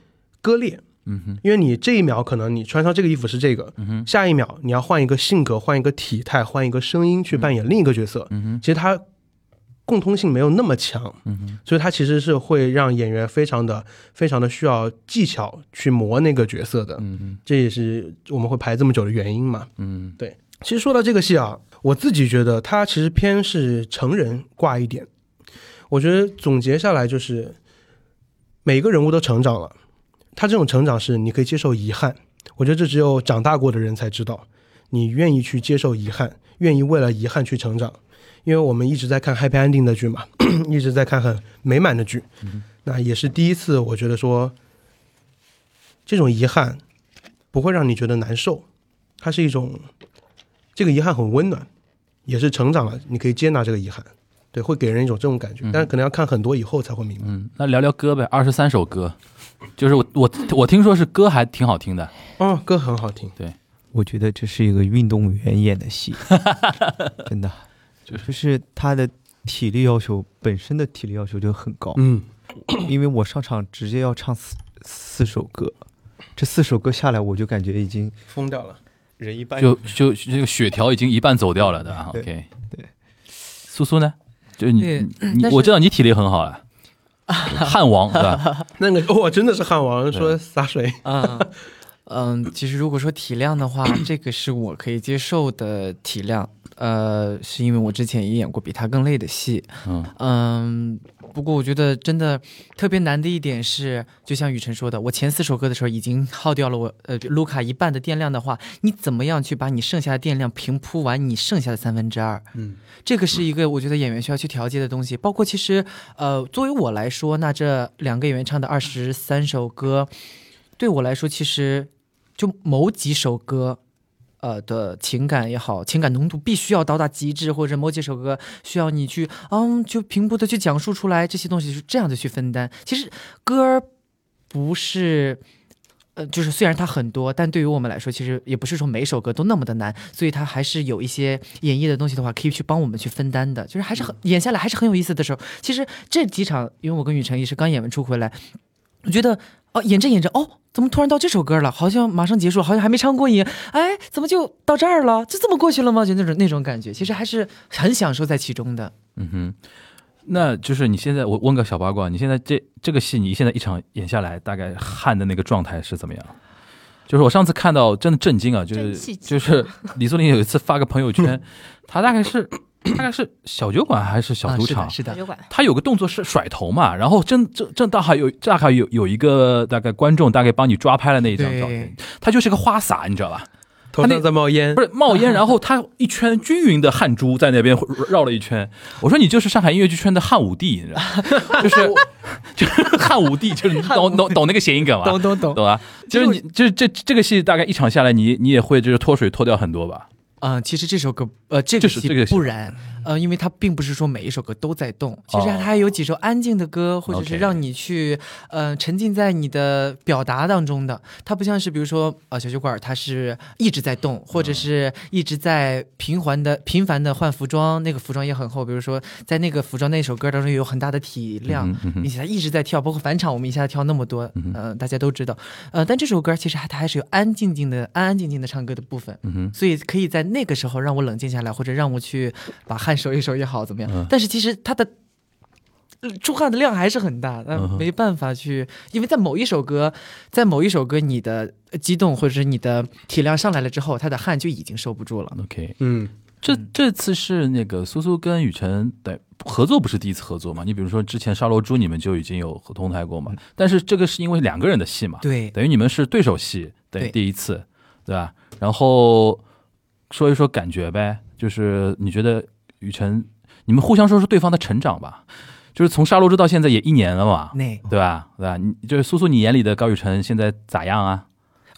S5: 割裂。
S2: 嗯哼，嗯
S5: 因为你这一秒可能你穿上这个衣服是这个，
S2: 哼
S5: 下一秒你要换一个性格、换一个体态、换一个声音去扮演另一个角色，
S2: 嗯哼
S5: 其实它共通性没有那么强，
S2: 嗯哼，
S5: 所以它其实是会让演员非常的、非常的需要技巧去磨那个角色的，
S2: 嗯哼，
S5: 这也是我们会排这么久的原因嘛。
S2: 嗯
S5: 其实说到这个戏啊，我自己觉得它其实偏是成人挂一点。我觉得总结下来就是，每个人物都成长了，他这种成长是你可以接受遗憾。我觉得这只有长大过的人才知道，你愿意去接受遗憾，愿意为了遗憾去成长。因为我们一直在看 happy ending 的剧嘛， 一直在看很美满的剧，那也是第一次，我觉得说，这种遗憾不会让你觉得难受，它是一种这个遗憾很温暖，也是成长了，你可以接纳这个遗憾，对，会给人一种这种感觉，但是可能要看很多以后才会明白。
S2: 嗯，那聊聊歌呗，二十三首歌，就是我我我听说是歌还挺好听的，
S5: 哦，歌很好听，
S4: 我觉得这是一个运动员演的戏，真的，就是他的体力要求本身的体力要求就很高，
S5: 嗯，
S4: 因为我上场直接要唱四四首歌，这四首歌下来我就感觉已经
S5: 疯掉了。
S4: 人一般
S2: 就就这个血条已经一半走掉了的啊
S4: 哎对
S2: ，OK，
S4: 对，
S2: 苏苏呢？就你
S6: 对
S2: 你
S6: 但是
S2: 我知道你体力很好啊，汉王对 吧？
S5: 那个我、真的是汉王说洒水，
S6: 啊，嗯，其实如果说体量的话，这个是我可以接受的体量。呃，是因为我之前也演过比他更累的戏，
S2: 嗯
S6: 嗯，不过我觉得真的特别难的一点是，就像雨辰说的，我前四首歌的时候已经耗掉了我呃卢卡一半的电量的话，你怎么样去把你剩下的电量平铺完你剩下的三分之二？
S5: 嗯，
S6: 这个是一个我觉得演员需要去调节的东西。包括其实呃，作为我来说，那这两个演员唱的二十三首歌，对我来说其实就某几首歌。呃的情感也好，情感浓度必须要到达极致，或者某几首歌需要你去，嗯，就平铺的去讲述出来这些东西，是这样的去分担。其实歌儿不是，呃，就是虽然它很多，但对于我们来说，其实也不是说每首歌都那么的难，所以它还是有一些演绎的东西的话，可以去帮我们去分担的。就是还是很演下来还是很有意思的时候。其实这几场，因为我跟雨辰也是刚演完出回来，我觉得哦，演着演着，哦，怎么突然到这首歌了？好像马上结束，好像还没唱过瘾。哎，怎么就到这儿了？就这么过去了吗？就那种那种感觉，其实还是很享受在其中的。
S2: 嗯哼，那就是你现在我问个小八卦，你现在这这个戏你现在一场演下来，大概汗的那个状态是怎么样？就是我上次看到真的震惊啊，就
S7: 真
S2: 是
S7: 气
S2: 就是李素林有一次发个朋友圈，他大概是大概是小酒馆还是小赌场
S6: 啊、，是的，
S7: 小
S6: 是的
S7: 酒馆
S2: 他有个动作是甩头嘛，然后正正正大概有大概有有一个大概观众大概帮你抓拍了那一张照片，他就是个花洒，你知道吧？
S5: 头上在冒烟
S2: 不，是冒 烟，然后他一圈均匀的汗珠在那边 绕了一圈。我说你就是上海音乐剧圈的汉武帝，你知道 吗？就是就是汉武帝，就是你懂懂懂那个谐音梗吗？
S6: 懂懂 懂。
S2: 懂啊？就是你就是这这个戏大概一场下来，你你也会就是脱水脱掉很多吧？
S6: 嗯、其实这首歌，呃，这
S2: 这
S6: 个
S2: 是
S6: 戏
S2: 这个戏
S6: 不然，呃，因为它并不是说每一首歌都在动，其实
S2: 哦
S6: 它还有几首安静的歌，或者
S2: OK
S6: 是让你去，呃，沉浸在你的表达当中的。它不像是比如说，呃，小酒馆它是一直在动，或
S2: 嗯
S6: 者是一直在频繁的频繁的换服装，那个服装也很厚，比如说在那个服装那首歌当中有很大的体量，
S2: 嗯哼嗯哼
S6: 并且他一直在跳，包括返场，我们一下跳那么多，
S2: 嗯
S6: 嗯、
S2: 哼
S6: 大家都知道，呃，但这首歌其实还它还是有安静静的、安安静静的唱歌的部分，
S2: 嗯哼，
S6: 所以可以在那个时候让我冷静下来，或者让我去把汗收一收也好，怎么样？
S2: 嗯
S6: 但是其实它的呃出汗的量还是很大，但
S2: 嗯哼
S6: 没办法去，因为在某一首歌，在某一首歌，你的呃激动或者是你的体量上来了之后，他的汗就已经收不住了。
S2: OK，
S5: 嗯，
S2: 这这次是那个苏苏跟雨辰对合作，不是第一次合作嘛？你比如说之前沙罗珠你们就已经有合同台过嘛，但是这个是因为两个人的戏嘛，
S6: 对，
S2: 等于你们是对手戏，等于
S6: 对
S2: 第一次，对吧？然后说一说感觉呗，就是你觉得雨辰，你们互相说说对方的成长吧，就是从沙罗珠到现在也一年了嘛，
S6: 那
S2: 对吧？对吧？你就是苏苏，你眼里的高雨辰现在咋样啊？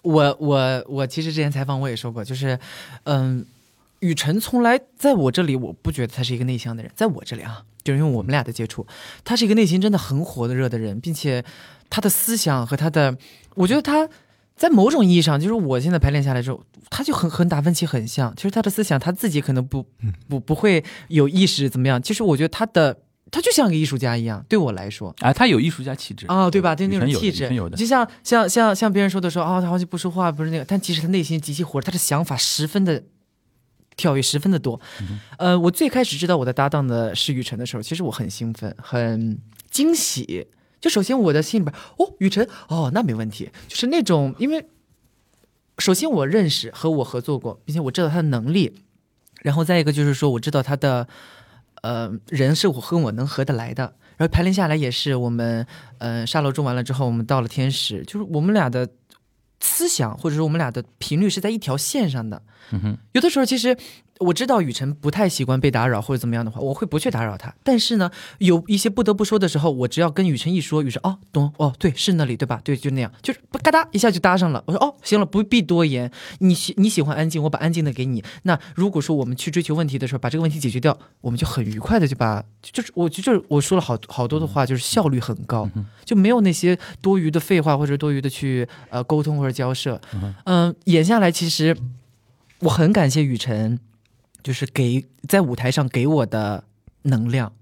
S6: 我我我其实之前采访我也说过，就是，嗯，雨辰从来在我这里，我不觉得他是一个内向的人，在我这里啊，就是因为我们俩的接触，他是一个内心真的很火的热的人，并且他的思想和他的，我觉得他在某种意义上，就是我现在排练下来之后，他就很和达芬奇很像。其实他的思想他自己可能不不不会有意识怎么样，其实我觉得他的他就像个艺术家一样，对我来说。
S2: 哎，他有艺术家气质
S6: 啊、对吧？对那
S2: 女
S6: 种
S2: 生有
S6: 气
S2: 的
S6: 质
S2: 女生有，的
S6: 就像像像像别人说的说啊、他好久不说话，不是那个，但其实他内心极其火热，他的想法十分的跳跃，十分的多。
S2: 嗯
S6: 呃，我最开始知道我的搭档的是雨辰的时候，其实我很兴奋，很惊喜。就首先我的心里边，哦，雨辰，哦，那没问题，就是那种，因为首先我认识和我合作过，并且我知道他的能力，然后再一个就是说我知道他的，呃，人是我和我能合得来的。然后排练下来也是我们，呃，沙楼中完了之后，我们到了天使，就是我们俩的思想或者说我们俩的频率是在一条线上的。
S2: 嗯哼，
S6: 有的时候其实我知道雨辰不太习惯被打扰或者怎么样的话，我会不去打扰他。但是呢，有一些不得不说的时候，我只要跟雨辰一说，雨辰哦懂哦对是那里对吧？对就那样，就是嘎哒一下就搭上了。我说哦行了，不必多言。你喜你喜欢安静，我把安静的给你。那如果说我们去追求问题的时候，把这个问题解决掉，我们就很愉快的就把就就是我就就是我说了好好多的话，就是效率很高，就没有那些多余的废话或者多余的去呃沟通或者交涉。嗯、演下来其实。我很感谢雨辰，就是给在舞台上给我的能量。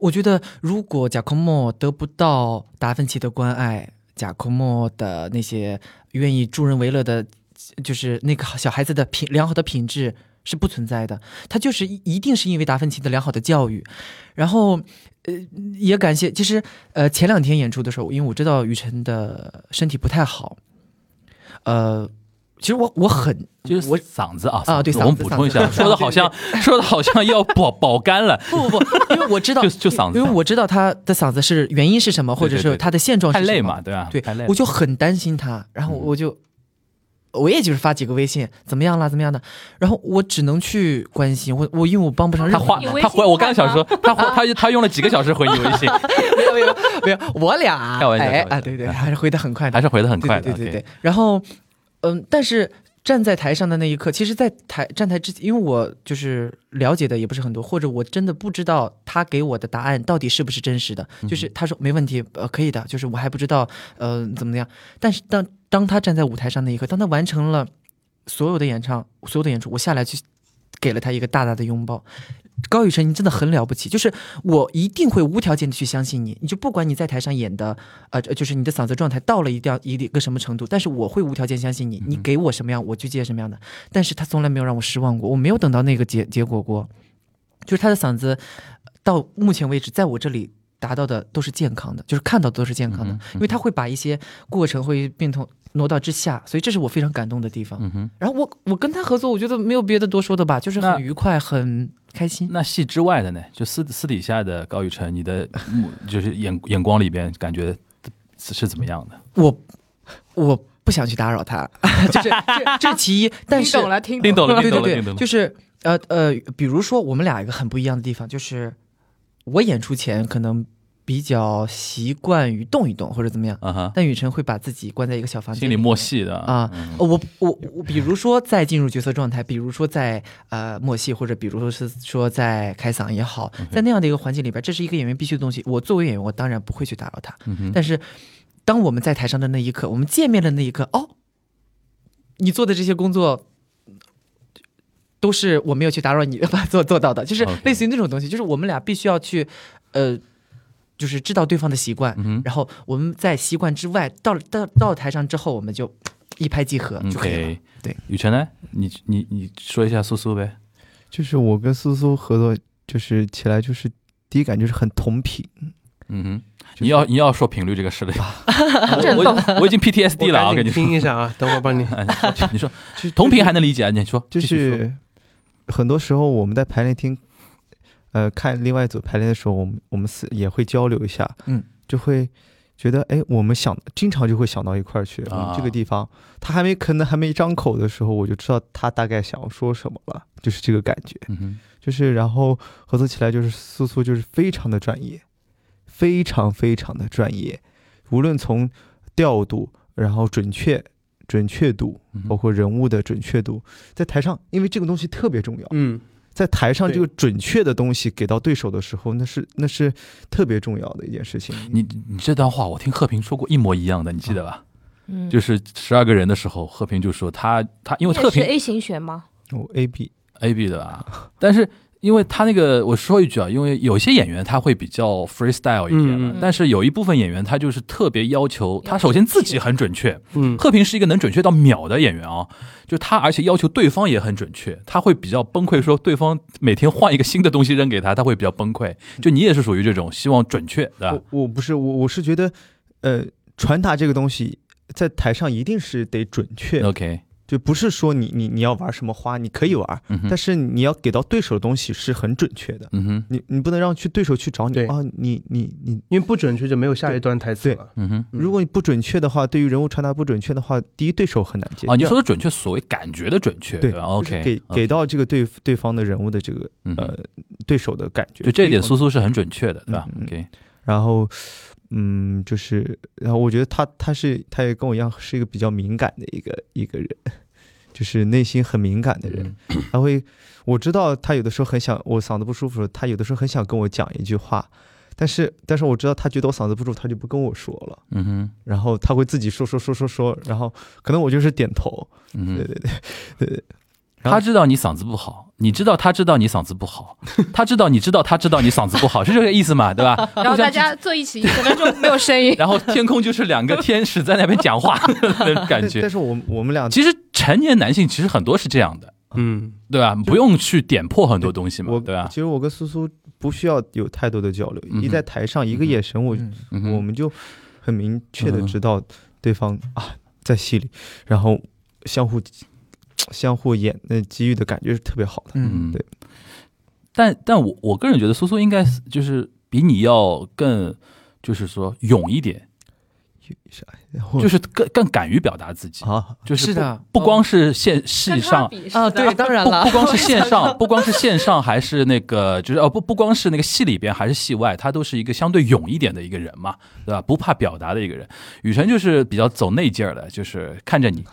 S6: 我觉得如果贾科莫得不到达芬奇的关爱，贾科莫的那些愿意助人为乐的，就是那个小孩子的品良好的品质是不存在的。他就是一一定是因为达芬奇的良好的教育，然后。呃，也感谢。其实，呃，前两天演出的时候，因为我知道雨辰的身体不太好，呃，其实我我很
S2: 就是
S6: 我
S2: 嗓子啊
S6: 啊
S2: 嗓
S6: 对
S2: 子
S6: 嗓
S2: 我们
S6: 子
S2: 补
S6: 嗓
S2: 充一
S6: 子
S2: 下，说的好像说的好像要保保肝了，
S6: 不不不，因为我知道，
S2: 就就嗓子
S6: 因为我知道他的嗓子是原因是什么，或者
S2: 对对
S6: 是
S2: 对
S6: 他的现状是
S2: 太
S6: 什么。
S2: 累嘛，对吧？
S6: 对
S2: 太累，了，嗯
S6: 我就很担心他，然后我就、我也就是发几个微信，怎么样啦，怎么样的，然后我只能去关心我我因为我帮不上
S2: 他
S6: 任何
S2: 花
S7: 你微
S2: 他
S7: 信
S2: 回，我刚
S7: 看
S2: 想
S7: 吗
S2: 说他花他他用了几个小时回你微信，
S6: 没有没有没有，我俩
S2: 开玩笑开
S6: 哎
S2: 玩笑
S6: 啊对对，还是回的很快的
S2: 还，是回的很快的，
S6: 对对对对
S2: OK
S6: 对。然后，嗯，但是站在台上的那一刻，其实，在台站台之前，因为我就是了解的也不是很多，或者我真的不知道他给我的答案到底是不是真实的。就是他说没问题，呃，可以的，就是我还不知道，呃，怎么样。但是当当他站在舞台上那一刻，当他完成了所有的演唱，所有的演出，我下来去给了他一个大大的拥抱。高雨辰，你真的很了不起，就是我一定会无条件的去相信你，你就不管你在台上演的，呃，就是你的嗓子状态到了一定要一定一个什么程度，但是我会无条件相信
S2: 嗯
S6: 你，你给我什么样，我去接什么样的。但是他从来没有让我失望过，我没有等到那个结结果过，就是他的嗓子呃到目前为止，在我这里。达到的都是健康的，就是看到的都是健康的，
S2: 嗯哼
S6: 因为他会把一些过程会病痛挪到之下，所以这是我非常感动的地方。
S2: 嗯哼，
S6: 然后我我跟他合作，我觉得没有别的多说的吧，就是
S2: 那
S6: 很愉快，很开心。
S2: 那戏之外的呢，就私私底下的高雨辰，你的目就是眼眼光里边感觉是是怎么样的？
S6: 我我不想去打扰他， 就是这这是其一，但是
S7: 听懂了，听
S2: 听懂了，听
S6: 对对
S2: 懂了，听
S6: 对，
S2: 懂了
S6: 就。是呃呃，比如说我们俩一个很不一样的地方，就是我演出前可能比较习惯于动一动或者怎么样，
S2: 啊哈，
S6: 但雨辰会把自己关在一个小房间
S2: 心里
S6: 面
S2: 默戏的
S6: 啊，
S2: 嗯
S6: 我我我，比如说在进入角色状态，比如说在呃默戏，或者比如说是说在开嗓也好，
S2: 嗯
S6: 在那样的一个环境里边，这是一个演员必须的东西。我作为演员，我当然不会去打扰他，
S2: 嗯哼
S6: 但是当我们在台上的那一刻，我们见面的那一刻，哦，你做的这些工作。都是我没有去打扰你把做做到的，就是
S2: OK
S6: 类似于那种东西，就是我们俩必须要去，呃，就是知道对方的习惯，
S2: 嗯哼
S6: 然后我们在习惯之外，到了到到台上之后，我们就一拍即合就可以了。
S2: 嗯，OK，
S6: 对，
S2: 雨辰呢？你你你说一下苏苏呗，
S4: 就是我跟苏苏合作，就是起来就是第一感觉是很同频，
S2: 嗯哼，
S4: 就是
S2: 你要你要说频率这个事了，
S7: 震动
S2: 我我已经 PTSD 了啊，
S5: 我
S2: 我
S5: 赶
S2: 跟你
S5: 紧
S2: 说
S5: 听，一下啊，等会儿帮你。
S2: 哎你说你说
S4: 就
S2: 同频还
S4: 还
S2: 能理解，啊你说
S4: 就
S2: 继续说
S4: 是很多时候我们在排练厅，呃，看另外一组排练的时候，我们我们四也会交流一下，
S6: 嗯，
S4: 就会觉得哎，我们想经常就会想到一块儿去，
S2: 啊
S4: 嗯这个地方他还没可能还没张口的时候，我就知道他大概想要说什么了，就是这个感觉。
S2: 嗯哼，
S4: 就是然后合作起来就是苏苏就是非常的专业，非常非常的专业，无论从调度，然后准确准确度，
S2: 嗯哼
S4: 包括人物的准确度，在台上，因为这个东西特别重要，
S5: 嗯，
S4: 在台上
S5: 对
S4: 这个准确的东西给到对手的时候，那是那是特别重要的一件事情。
S2: 你你这段话我听贺平说过一模一样的，你记得吧？
S7: 嗯，
S2: 就是十二个人的时候，贺平就说他他因为
S7: 这
S2: 贺
S7: 是
S2: 平
S7: A 型血吗？
S4: 哦，A B
S2: A B 的吧，但是因为他那个我说一句啊，因为有些演员他会比较 freestyle 一点嘛
S5: 嗯
S7: 嗯，
S2: 但是有一部分演员他就是特别要求，他首先自己很准确，
S5: 嗯，
S2: 贺平是一个能准确到秒的演员啊，就他，而且要求对方也很准确，他会比较崩溃，说对方每天换一个新的东西扔给他，他会比较崩溃。就你也是属于这种希望准确，对吧？
S4: 我我不是我我是觉得，呃，传达这个东西在台上一定是得准确，
S2: OK，
S4: 就不是说你你你要玩什么花，你可以玩，
S2: 嗯哼
S4: 但，是你要给到对手的东西是很准确的。
S2: 嗯哼，
S4: 你你不能让去对手去找你
S5: 对
S4: 啊，你你你，
S5: 因为不准确就没有下一段台词
S4: 对
S5: 了。
S2: 嗯哼。
S5: 嗯
S4: 如果你不准确的话，对于人物传达不准确的话，第一对手很难接。
S2: 啊，你说的准确，所谓感觉的准确，
S4: 对
S2: 吧
S4: 就是
S2: ？OK，
S4: 给给到这个对对方的人物的这个
S2: 嗯哼
S4: 呃对手的感觉，
S2: 就这一点，苏苏是很准确的，对吧
S4: 嗯嗯
S2: ？OK，
S4: 然后，嗯，就是，然后我觉得他他是他也跟我一样是一个比较敏感的一个一个人，就是内心很敏感
S2: 嗯
S4: 的人。他会，我知道他有的时候很想我嗓子不舒服，他有的时候很想跟我讲一句话，但是但是我知道他觉得我嗓子不舒服，他就不跟我说了。
S2: 嗯哼，
S4: 然后他会自己说说说说说，然后可能我就是点头，
S2: 嗯哼
S4: 对，对对对对，然后
S2: 他知道你嗓子不好，你知道他知道你嗓子不好，他知道你知道他知道你嗓子不好，是这个意思嘛？对吧？
S7: 然后大家坐一起，可能就没有
S2: 。
S7: 声音
S2: 然后天空就是两个天使在那边讲话的感
S4: 但但
S2: 觉。
S4: 是我们我们俩，
S2: 其实成年男性其实很多是这样的，
S5: 嗯，
S2: 对吧？不用去点破很多东西嘛
S4: 我，
S2: 对吧
S4: 其？实我跟苏苏不需要有太多的交流，
S2: 嗯
S4: 一
S2: 哼
S4: 在台上一个眼神，我
S6: 嗯
S2: 嗯
S4: 我
S2: 哼嗯
S4: 们就很明确的知道对方、啊在戏里，然后相互相互演那机遇的感觉是特别好的。
S6: 嗯，
S4: 对。
S2: 但但我我个人觉得苏苏应该是就是比你要更就是说勇一点，
S4: 啥？
S2: 就是是更更敢于表达自己，
S4: 啊，
S2: 就是
S6: 是
S2: 不
S6: 的哦
S2: 不光是线戏上。
S6: 啊，对， 当然
S2: 不
S6: 了
S2: 不，光是线上，不光是线上，还是那个，就是哦，不不光是那个戏里边，还是戏外，他都是一个相对勇一点的一个人嘛，对吧？不怕表达的一个人。雨辰就是比较走内劲儿的，就是看着你，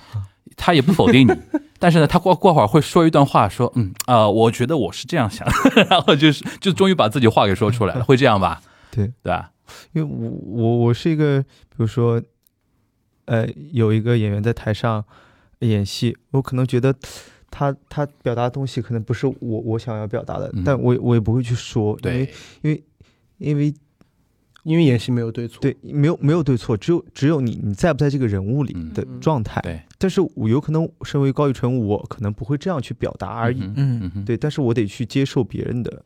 S2: 他也不否定你，但是呢，他过过会儿会说一段话，说嗯啊、我觉得我是这样想的， 然后就是就终于把自己话给说出来了，会这样吧？
S4: 对
S2: 对吧？
S4: 因为我我我是一个，比如说，呃，有一个演员在台上演戏，我可能觉得他他表达的东西可能不是我我想要表达的，
S2: 嗯
S4: 但我也我也不会去说，因
S2: 对
S4: 为，因为
S5: 因为演戏没有对错。，
S4: 对没有没有对错，只有只有你你在不在这个人物里的
S6: 嗯
S4: 状态。
S2: 对，
S4: 但是我有可能身为高宇纯，我可能不会这样去表达而
S2: 嗯
S4: 已。
S2: 哼
S6: 嗯
S2: 嗯哼
S4: 对，但是我得去接受别人的，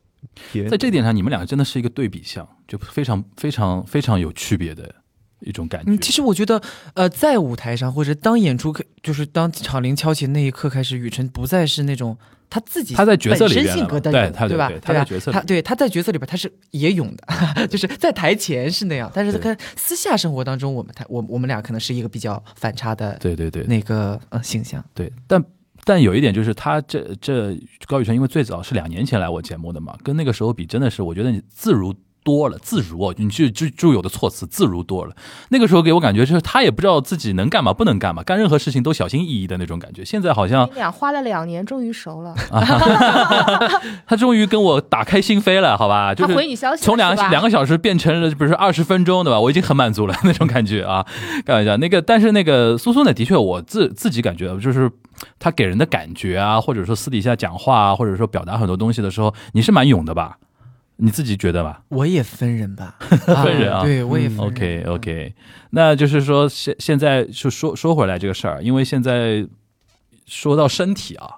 S4: 别人
S2: 在这点上，你们两个真的是一个对比项，就非常非常非常有区别的一种感觉。
S6: 嗯，其实我觉得，呃，在舞台上或者当演出，就是当场铃敲起那一刻开始，雨辰不再是那种他自己
S2: 他在角色里
S6: 本
S2: 边
S6: 身性格的
S2: 对
S6: 勇，
S2: 他
S6: 对吧？
S2: 他
S6: 吧
S2: 在角色里嗯
S6: 他对他在角色里边他是也勇的， 就是在台前是那样，但是他
S2: 对
S6: 看私下生活当中，我们他我我们俩可能是一个比较反差的
S2: 对对对
S6: 那个呃形象。
S2: 对，但但有一点就是他这这高宇辰，因为最早是两年前来我节目的嘛，跟那个时候比，真的是我觉得你自如。多了，自如哦，你去就就有的措辞自如多了。那个时候给我感觉就是他也不知道自己能干嘛，不能干嘛，干任何事情都小心翼翼的那种感觉。现在好像
S7: 你俩花了两年，终于熟
S2: 啊
S7: 了。
S2: 他终于跟我打开心扉了，好吧？就
S7: 他
S2: 是
S7: 回你消息了
S2: 从两
S7: 是吧
S2: 两个小时变成了，比如说二十分钟，对吧？我已经很满足了那种感觉啊，开玩笑。那个，但是那个苏苏呢，的确我自自己感觉就是他给人的感觉啊，或者说私底下讲话啊，或者说表达很多东西的时候，你是蛮勇的吧？你自己觉得吧
S6: 我也分 人吧，分
S2: 人啊
S6: 对我也分人
S2: ？OK OK，那就是说现现在就说说回来这个事儿，因为现在说到身体啊，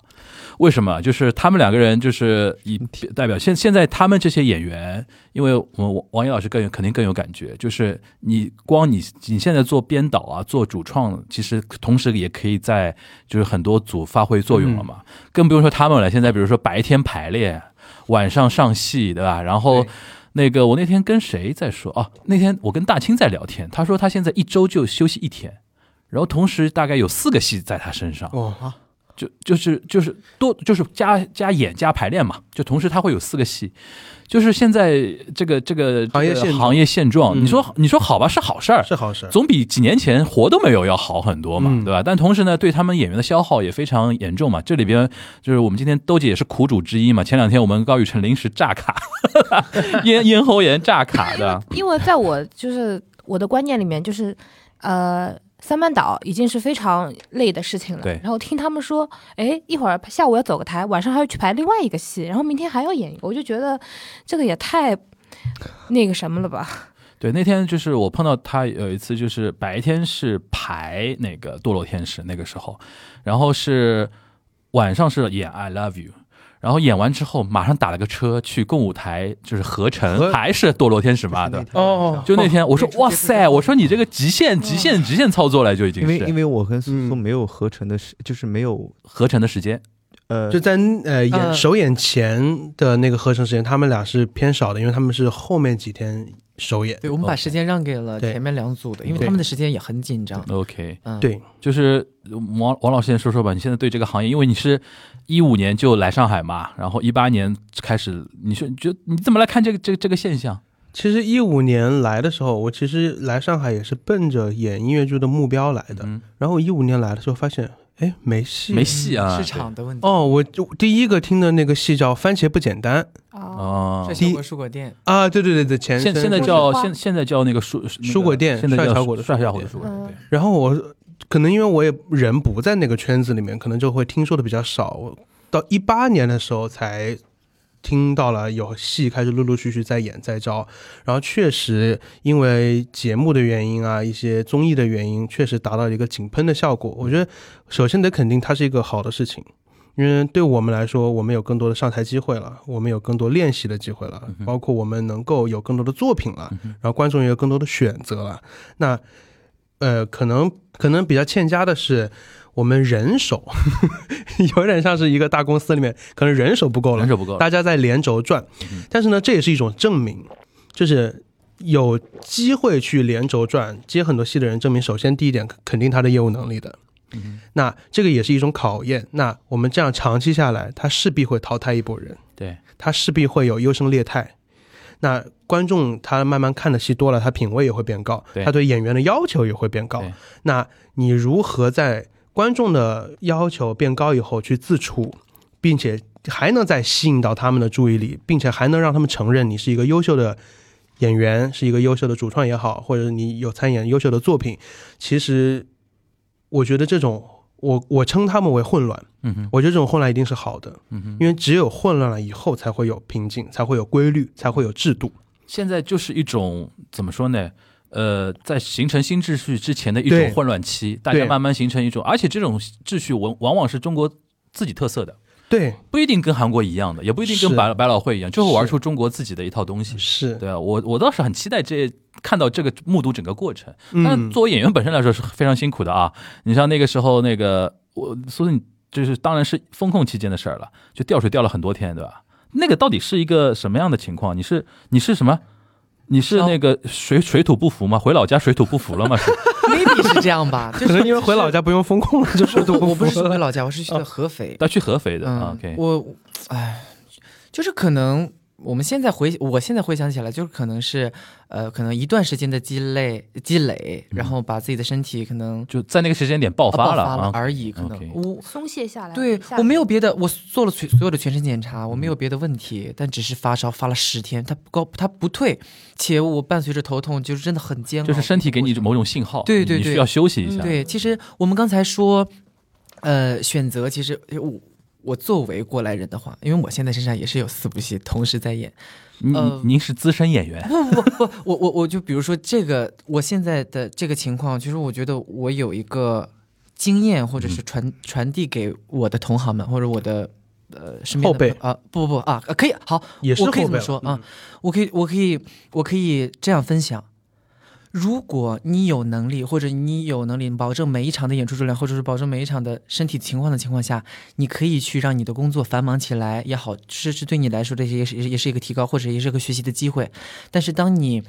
S2: 为什么？就是他们两个人就是以代表现现在他们这些演员，因为我们王王毅老师更有肯定更有感觉，就是你光你你现在做编导啊，做主创，其实同时也可以在就是很多组发挥作用了嘛，更不用说他们了。现在比如说白天排练，晚上上戏，对吧？然
S5: 哦
S2: 后
S6: 对。
S2: 那个，我那天跟谁在说啊？那天我跟大清在聊天，他说他现在一周就休息一天，然后同时大概有四个戏在他身上，
S5: 哦，
S2: 就就是就是多就是加加演加排练嘛，就同时他会有四个戏，就是现在这个这个
S5: 行业
S2: 这个
S5: 现状
S2: 行业现状，
S5: 嗯
S2: 你说你说好吧是好事儿，
S5: 是好事儿。
S2: 总比几年前活都没有要好很多嘛，
S5: 嗯
S2: 对吧？但同时呢，对他们演员的消耗也非常严重嘛。这里边就是我们今天兜姐也是苦主之一嘛。前两天我们高雨辰临时炸卡， 咽咽喉炎炸卡的，
S7: 因为在我就是我的观念里面，就是呃，三班倒已经是非常累的事情了。
S2: 对
S7: 然后听他们说，哎，一会儿下午要走个台，晚上还要去排另外一个戏，然后明天还要演一个，我就觉得这个也太那个什么了吧？
S2: 对，那天就是我碰到他有一次，就是白天是排那个《堕落天使》那个时候，然后是晚上是演《I Love You》，然后演完之后马上打了个车去共舞台，就是合成
S5: 合
S2: 还是《堕落天使》嘛的。
S5: 哦，
S2: 就那天我说
S6: 哦
S2: 哇塞，我说你这个嗯极限极限极限操作了，就已经
S4: 因为因
S2: 是
S4: 为我跟苏苏
S5: 嗯
S4: 没有合成的时，就是没有
S2: 合成的时间。
S4: 呃
S5: 就，在呃演
S6: 嗯
S5: 首演前的那个合成时间，他们俩是偏少的，因为他们是后面几天首演。哦
S6: 对，我们把时间让给了
S5: 对
S6: 前面两组的，因为
S5: 对
S6: 他们的时间也很紧张。
S2: OK，
S6: 嗯，
S5: 对，
S2: 就是王王老师先说说吧，你现在对这个行业，因为你是一五年就来上海嘛，然后一八年开始，你说你觉得你怎么来看这个这个这个现象？
S5: 其实一五年来的时候，我其实来上海也是奔着演音乐剧的目标来的。
S2: 嗯，
S5: 然后一五年来的时候发现，哎，没戏，
S2: 没戏啊，
S6: 市场的问题。
S5: 哦，我就第一个听的那个戏叫《番茄不简单》
S7: 啊，
S2: 啊
S6: 这。
S5: 第
S6: 效
S5: 一
S6: 果蔬果店，
S5: 啊，对对对对，前
S2: 现
S5: 身
S2: 现在
S5: 是
S2: 叫现现在叫那个蔬
S5: 蔬果店
S2: 那个现在叫
S5: 帅小伙的
S2: 帅
S5: 蔬
S2: 小
S5: 果
S2: 伙的蔬
S5: 店
S2: 果店，
S7: 嗯
S2: 对
S5: 然后我可能因为我也人不在那个圈子里面，可能就会听说的比较少。我到一八年的时候才听到了有戏开始陆陆续续在演在招，然后确实因为节目的原因啊，一些综艺的原因，确实达到一个井喷的效果。我觉得首先得肯定它是一个好的事情。因为对我们来说，我们有更多的上台机会了，我们有更多练习的机会了
S2: 嗯，哼
S5: 包括我们能够有更多的作品了，
S2: 嗯
S5: 然后观众也有更多的选择了。那呃，可能可能比较欠佳的是，我们人手 有点像是一个大公司里面，可能人手不够
S2: 哼，人
S5: 了，
S2: 手不够了，
S5: 大家在连轴转
S2: 嗯。
S5: 但是呢，这也是一种证明，就是有机会去连轴转接很多戏的人，证明首先第一点肯定他的业务能力的。
S2: 嗯
S5: 那这个也是一种考验。那我们这样长期下来，他势必会淘汰一波人，
S2: 对，
S5: 他势必会有优胜劣汰。那观众他慢慢看的戏多了，他品味也会变高
S2: 对，
S5: 他对演员的要求也会变高
S2: 对。
S5: 那你如何在观众的要求变高以后去自处，并且还能再吸引到他们的注意力，并且还能让他们承认你是一个优秀的演员，是一个优秀的主创也好，或者你有参演优秀的作品，其实我觉得这种我我称他们为混乱，
S2: 嗯哼，
S5: 我觉得这种混乱一定是好的，
S2: 嗯哼，
S5: 因为只有混乱了以后才会有平静，才会有规律，才会有制度。
S2: 现在就是一种怎么说呢？呃，在形成新秩序之前的一种
S5: 对
S2: 混乱期，大家
S5: 对
S2: 慢慢形成一种，而且这种秩序往往往是中国自己特色的，
S5: 对，
S2: 不一定跟韩国一样的，也不一定
S5: 是
S2: 跟百百老汇一样，就会玩
S5: 是
S2: 出中国自己的一套东西。
S5: 是，
S2: 对啊，我我倒是很期待这看到这个目睹整个过程。但
S5: 嗯，
S2: 作为演员本身来说是非常辛苦的啊。你像那个时候那个我，所以就是当然是风控期间的事儿了，就吊水吊了很多天，对吧？那个到底是一个什么样的情况？你是你是什么？你是
S6: 烧
S2: 那个水水土不服吗？回老家水土不服了 吗？是
S6: maybe 是这样吧？就
S5: 可能
S6: 是
S5: 因为回老家不用风控了，就是
S6: 我我不是去回
S5: 了。
S6: 老家，我是去的合肥。
S2: 要去合肥的、啊
S6: 嗯
S2: o k
S6: 我哎，就是可能我们现在回，我现在回想起来，就是可能是呃，可能一段时间的积累积累，然后把自己的身体可能
S2: 就在那个时间点嗯爆
S6: 呃
S2: 发了
S6: 爆发了
S2: 啊。
S6: 而已，可能
S2: OK
S6: 我。
S7: 松懈下来，
S6: 对
S7: 下嗯
S6: 我
S7: 来
S6: 没有别的，我做了全所有的全身检查，我没有别的问题，但只是发烧发了十天，它不高，它不退，且我伴随着头痛，就是真的很煎熬。
S2: 就是身体给你某种信号，
S6: 对对
S2: 你
S6: 对
S2: 需要休息一下。
S6: 对，其实我们刚才说，呃，选择其实我我作为过来人的话，因为我现在身上也是有四部戏同时在演。
S2: 您
S6: 呃
S2: 您您是资深演员，
S6: 不不不不，我我我就比如说这个我现在的这个情况，其实我觉得我有一个经验，或者
S5: 嗯
S6: 是传、传递给我的同行们，或者我的。呃，身边的
S5: 后辈
S6: 朋啊，不不不啊，可以好，
S5: 也是
S6: 我可以这
S5: 后辈
S6: 么
S5: 了
S6: 说啊
S5: 嗯，
S6: 我可以，我可以，我可以这样分享。如果你有能力，或者你有能力保证每一场的演出质量，或者是保证每一场的身体情况的情况下，你可以去让你的工作繁忙起来也好，这是对你来说这些也是也是一个提高，或者也是一个学习的机会。但是当你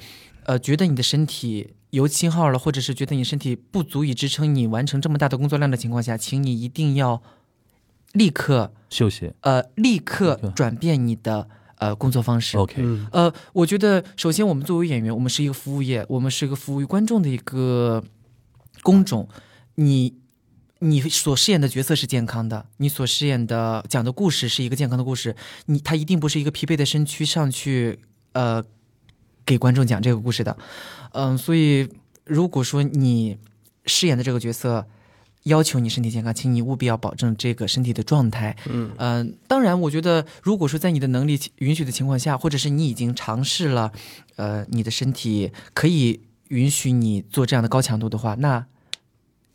S6: 呃觉得你的身体有信号了，或者是觉得你身体不足以支撑你完成这么大的工作量的情况下，请你一定要立刻
S2: 休息
S6: 呃立刻
S2: 立刻哦
S6: 转变你的呃工作方式。
S2: ，OK，
S5: 嗯
S6: 呃，我觉得首先我们作为演员，我们是一个服务业，我们是一个服务于观众的一个工种。你你所饰演的角色是健康的，你所饰演的讲的故事是一个健康的故事，你他一定不是一个疲惫的身躯上去呃给观众讲这个故事的。嗯、所以如果说你饰演的这个角色。要求你身体健康，请你务必要保证这个身体的状态，
S5: 嗯
S6: 嗯、当然，我觉得如果说在你的能力允许的情况下，或者是你已经尝试了，呃，你的身体可以允许你做这样的高强度的话，那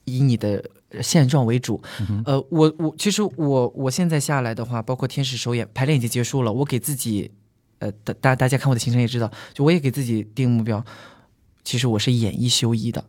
S6: 以你的呃现状为主。呃，我我其实我我现在下来的话，包括天使首演排练已经结束了，我给自己，呃，大大大家看我的行程也知道，就我也给自己定目标，其实我是演一休一的。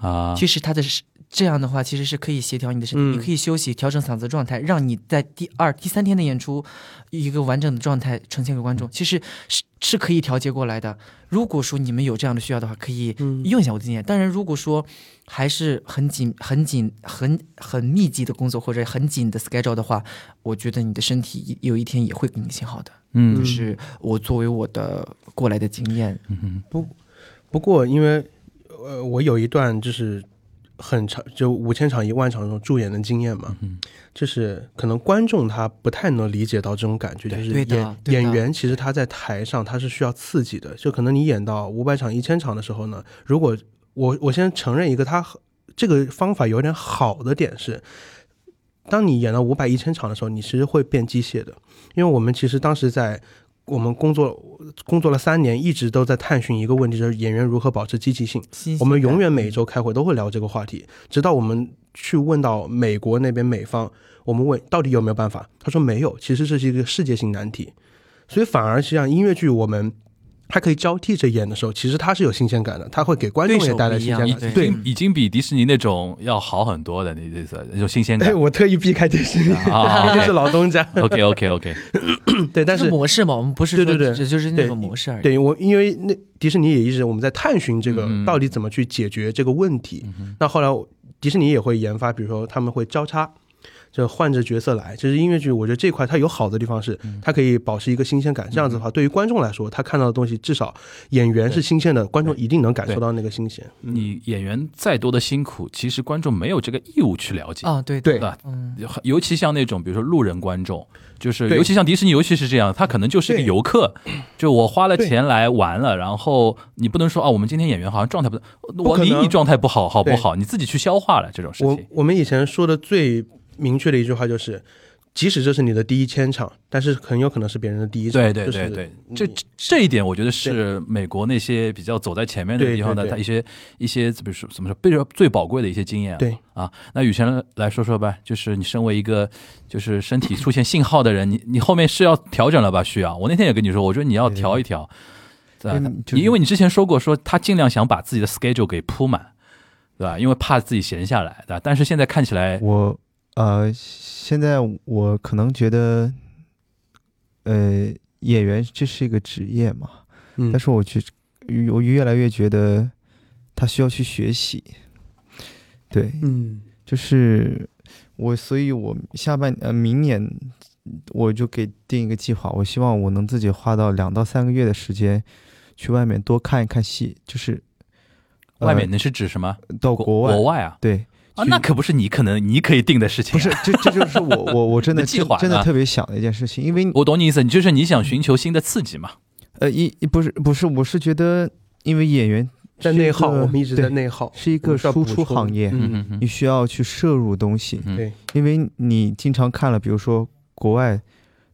S2: 啊，
S6: 其实它的是这样的话，其实是可以协调你的身体，
S5: 嗯
S6: 你可以休息，调整嗓子状态，让你在第二、第三天的演出一个完整的状态呈现给
S5: 嗯
S6: 观众，其实是是可以调节过来的。如果说你们有这样的需要的话，可以
S5: 嗯
S6: 用一下我的经验。当然，如果说还是很紧、很紧、很很密集的工作或者很紧的 schedule 的话，我觉得你的身体有一天也会给你信号的。
S2: 嗯
S6: 就，是我作为我的过来的经验，
S2: 嗯
S5: 不过因为呃，我有一段就是很长，就五千场、一万场那种助演的经验嘛，
S2: 嗯
S5: 就是可能观众他不太能理解到这种感觉，就是
S6: 对的
S5: 演
S6: 对的
S5: 演员其实他在台上他是需要刺激的，就可能你演到五百场、一千场的时候呢，如果我我先承认一个他这个方法有点好的点是。当你演到五百一千场的时候，你其实会变机械的，因为我们其实当时在我们工作工作了三年，一直都在探寻一个问题，就是演员如何保持积极性。
S6: 新
S5: 我们
S6: 鲜感
S5: 永远每周开会都会聊这个话题，直到我们去问到美国那边美方，我们问到底有没有办法，他说没有，其实这是一个世界性难题，所以反而实际上音乐剧我们。它可以交替着演的时候，其实它是有新鲜感的，它会给观众
S6: 对
S5: 也
S6: 手
S5: 带来
S6: 不一
S5: 新
S6: 样
S5: 鲜
S2: 已
S5: 感。
S6: 对
S5: 对，
S2: 已经比迪士尼那种要好很多的，你这次有新鲜
S5: 哎，
S2: 感
S5: 我特意避开迪士尼，
S2: 啊
S5: 就是老东家。
S2: ，OK OK OK，
S5: 对，但
S6: 这个
S5: 是
S6: 模式嘛，我们不是
S5: 对
S6: 说
S5: 对对
S6: 只就是那
S5: 对
S6: 种模式而已。
S5: 对我，因为那迪士尼也一直我们在探寻这个
S2: 嗯
S5: 到底怎么去解决这个问题。那后来我迪士尼也会研发，比如说他们会交叉，就换着角色来。就是音乐剧，我觉得这块它有好的地方是，
S2: 嗯
S5: 它可以保持一个新鲜感。这样子的话，对于观众来说，他看到的东西至少演员是新鲜的，观众一定能感受到那个新鲜。嗯
S2: 你演员再多的辛苦，其实观众没有这个义务去了解。
S6: 啊，对
S5: 对
S2: 对吧？
S6: 嗯，
S2: 尤其像那种，比如说路人观众，就是
S5: 对
S2: 尤其像迪士尼，尤其是这样，他可能就是一个
S5: 对
S2: 游 客，就我花了钱来玩了，然后你不能说啊，我们今天演员好像状态不，我
S5: 可能
S2: 理你状态不好，好不好？你自己去消化了这种事
S5: 我
S2: 情。
S5: 我们以前说的最明确的一句话就是。即使这是你的第一千场，但是很有可能是别人的第一场。
S2: 对对
S5: 就是
S2: 对对，
S5: 你
S2: 这这这一点我觉得是美国那些比较走在前面的
S5: 对
S2: 地方的，
S5: 对对
S2: 他一些一些，比如说怎么说，被说最宝贵的一些经验啊。
S5: 对
S2: 啊，那雨辰来说说吧，就是你身为一个就是身体出现信号的人，你你后面是要调整了吧？需要。我那天也跟你说，我说你要
S4: 对对
S2: 调一调，对吧
S4: 因为
S2: 你
S4: 就是
S2: 因为你之前说过，说他尽量想把自己的 schedule 给铺满，对吧？因为怕自己闲下来，对吧？但是现在看起来，
S4: 我呃，现在我可能觉得，呃，演员这是一个职业嘛，
S5: 嗯
S4: 但是我觉越我越来越觉得他需要去学习，对，
S5: 嗯，
S4: 就是我，所以我下半呃明年我就给定一个计划，我希望我能自己花到两到三个月的时间去外面多看一看戏，就是、呃
S2: 外面你是指什么？
S4: 到
S2: 国
S4: 国外，
S2: 国外啊
S4: 对。
S2: 啊，
S4: 去
S2: 那可不是你可能你可以定的事情啊、
S4: 不是，这这就是我 我我真
S2: 你
S4: 的
S2: 的计划
S4: 真
S2: 呢
S4: 的特别想的一件事情，因为
S2: 我懂你意思，你就是你想寻求新的刺激嘛？
S4: 呃一不是不是，我是觉得因为演员
S5: 在
S4: 是一
S5: 内耗，
S4: 个
S5: 我们一直
S4: 对
S5: 在内耗，
S4: 是一
S5: 我
S4: 个
S5: 们需要
S4: 输
S5: 补
S4: 出
S5: 充
S4: 行业，
S2: 嗯嗯
S4: 你需要去摄入东西，
S2: 嗯，
S5: 对，
S4: 因为你经常看了，比如说国外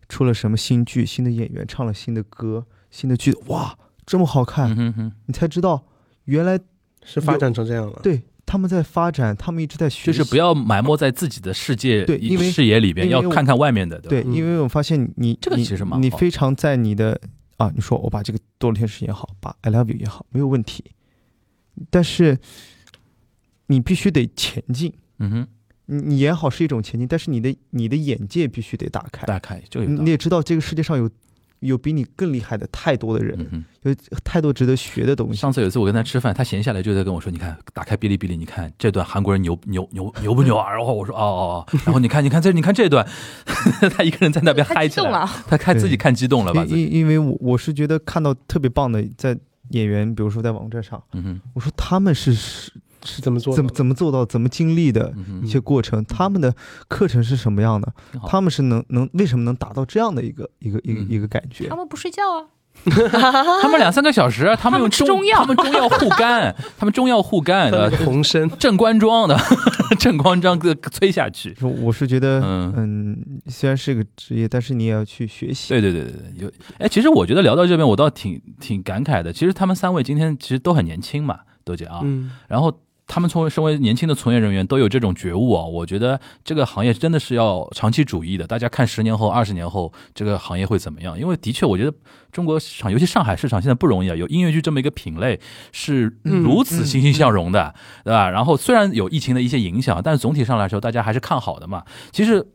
S4: 出了什么新剧、新的演员唱了新的歌、新的剧，哇，这么好看，
S2: 嗯哼哼，
S4: 你才知道原来
S5: 是发展成这样了。
S4: 对他们在发展，他们一直在学
S2: 就是
S4: 习。
S2: 不要埋没在自己的世界
S4: 对因为
S2: 视野里边，
S4: 因为
S2: 要
S4: 我
S2: 看看外面的，对吧
S5: 嗯
S4: 对，因为我发现你
S2: 这个
S4: 你
S2: 其实蛮
S4: 你
S2: 好
S4: 非常在你的啊，你说我把这个多伦天使也好，把 I Love You 也好，没有问题，但是你必须得前进。
S2: 嗯哼，
S4: 你你演好是一种前进，但是你的你的眼界必须得打开。
S2: 大概就有道
S4: 你
S2: 理
S4: 也知道这个世界上有有比你更厉害的太多的人，
S2: 嗯
S4: 有 太多值得学的东
S2: 哼，
S4: 西。
S2: 上次有一次我跟他吃饭，他闲下来就在跟我说：“你看，打开哔哩哔哩，你看这段韩国人牛牛牛牛不牛啊？”然后我说：“哦哦哦。”然后你看，你看这，你看这段，他一个人在那边
S7: 太
S2: 嗨
S7: 激
S2: 起
S7: 动啊
S2: 来，
S7: 了，
S2: 他看自己看激动了吧？
S4: 因因因为我我是觉得看到特别棒的，在演员，比如说在网站上，
S2: 嗯哼，
S4: 我说他们是是
S5: 是怎么做的？
S4: 怎么怎么做到、怎么经历的
S2: 嗯
S4: 一
S2: 哼，
S4: 些过程，他们的课程是什么样的，
S2: 挺好
S4: 他们是能能为什么能达到这样的一个一个一个
S2: 嗯
S4: 一个感觉
S7: 他？们不睡觉 啊，
S2: 他们两三个小时，他们用
S7: 们吃
S2: 中
S7: 中药
S2: 他们中药护肝，他们中药护肝
S5: 他
S2: 的
S5: 那个 红参，
S2: 正官庄的 正官庄给催下去。
S4: 说我是觉得，
S2: 嗯
S4: 嗯，虽然是个职业，但是你也要去学习。
S2: 对对对对对，有哎，其实我觉得聊到这边，我倒挺挺感慨的。其实他们三位今天其实都很年轻嘛，豆姐啊，
S5: 嗯，
S2: 然后他们作为身为年轻的从业人员都有这种觉悟啊，我觉得这个行业真的是要长期主义的。大家看十年后、二十年后这个行业会怎么样？因为的确，我觉得中国市场，尤其上海市场现在不容易啊，有音乐剧这么一个品类是如此欣欣向荣的，对吧？然后虽然有疫情的一些影响，但是总体上来说，大家还是看好的嘛。其实。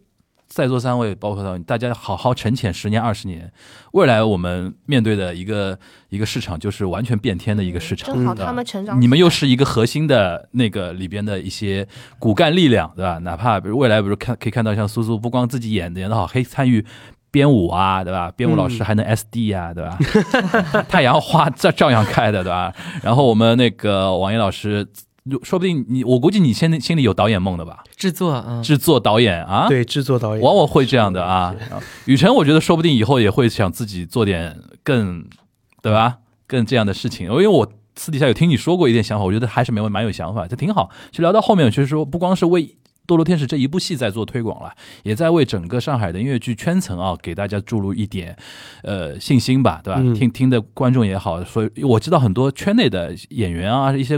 S2: 在座三位，包括到你大家好好沉潜十年、二十年，未来我们面对的一个一个市场就是完全变天的一个市场。
S7: 正好
S2: 对吧
S7: 他们成长，
S2: 你们又是一个核心的那个里边的一些骨干力量，对吧？哪怕比如未来，比如看可以看到像苏苏，不光自己演的演的好，还可以参与编舞啊，对吧？编舞老师还能 SD 啊，对吧？ 太阳花照照样开的，对吧？然后我们那个王岩老师，说不定你我估计你心里心里有导演梦的吧？
S6: 制作啊，嗯
S2: 制作导演啊，
S5: 对，制作导演
S2: 往往会这样的啊。然后雨辰，我觉得说不定以后也会想自己做点更，对吧？更这样的事情，因为我私底下有听你说过一点想法，我觉得还是没有蛮有想法，这挺好。其实聊到后面，其实说不光是为。《堕落天使》这一部戏在做推广了，也在为整个上海的音乐剧圈层啊，给大家注入一点，呃，信心吧，对吧？
S5: 嗯
S2: 听听的观众也好，所以我知道很多圈内的演员啊，一些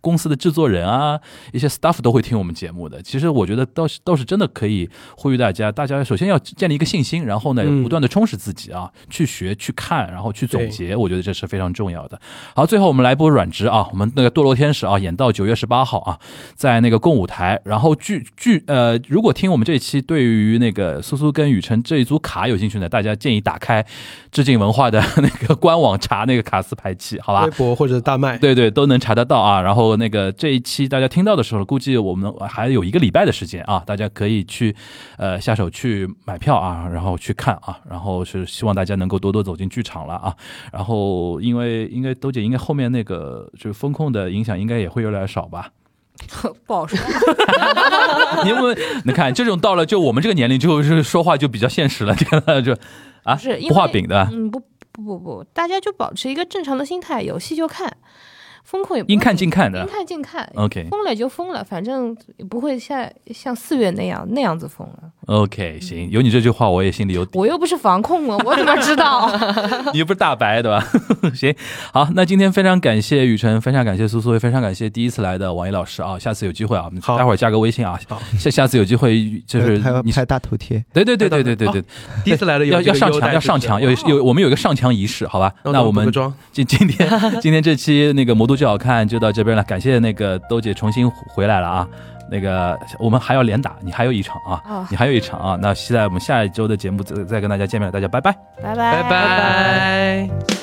S2: 公司的制作人啊，一些 staff 都会听我们节目的。其实我觉得倒是倒是真的可以呼吁大家，大家首先要建立一个信心，然后呢
S5: 嗯
S2: 不断的充实自己啊，去学、去看，然后去总
S5: 对
S2: 结，我觉得这是非常重要的。好，最后我们来一波软职啊，我们那个《堕落天使》啊，演到九月十八号啊，在那个共舞台。然后剧剧呃，如果听我们这一期对于那个苏苏跟雨辰这一组卡有兴趣的，大家建议打开致敬文化的那个官网查那个卡斯排期，好吧
S5: 微？博或者大麦，
S2: 对对，都能查得到啊。然后那个这一期大家听到的时候，估计我们还有一个礼拜的时间啊，大家可以去呃下手去买票啊，然后去看啊，然后是希望大家能够多多走进剧场了啊。然后因为应该兜姐应该后面那个就是风控的影响应该也会越来越少吧？
S7: 不好说，
S2: 因为你看这种到了就我们这个年龄就是说话就比较现实了，这个就啊
S7: 不是因为
S2: 不画饼的，
S7: 嗯，不不不不，大家就保持一个正常的心态，有戏就看，风控也不
S2: 应
S7: 会
S2: 看尽看的嗯
S7: 应。看尽看，
S2: OK
S7: 疯了就疯了，反正也不会像像四月那样那样子疯了。
S2: OK，行，有你这句话我也心里有底。
S7: 我又不是防控了，我怎么 知道？
S2: 你又不是大白对吧？行，好，那今天非常感谢雨辰，非常感谢苏苏，也非常感谢第一次来的王一老师啊，下次有机会啊，我们
S5: 好
S2: 待会儿加个微信啊
S5: 好，
S2: 下下次有机会就是
S4: 还要
S2: 你
S4: 呃拍大头贴，
S2: 对对对对对对对，
S5: 第一次来的有
S2: 要
S5: 这
S2: 要
S5: 个
S2: 上
S5: 优
S2: 墙
S5: 待
S2: 要上墙，
S5: 是
S2: 有
S5: 不是
S2: 有我们有一个上墙仪式，好吧？那我
S5: 补
S2: 们
S5: 个妆
S2: 今今天今天这期那个魔都剧好看就到这边了，感谢那个兜姐重新回来了啊。那个我们还要连打，你还有一场啊
S7: 啊，
S2: 你还有一场啊。那期待我们下一周的节目再再跟大家见面，大家拜拜。
S7: 拜拜
S5: 拜拜。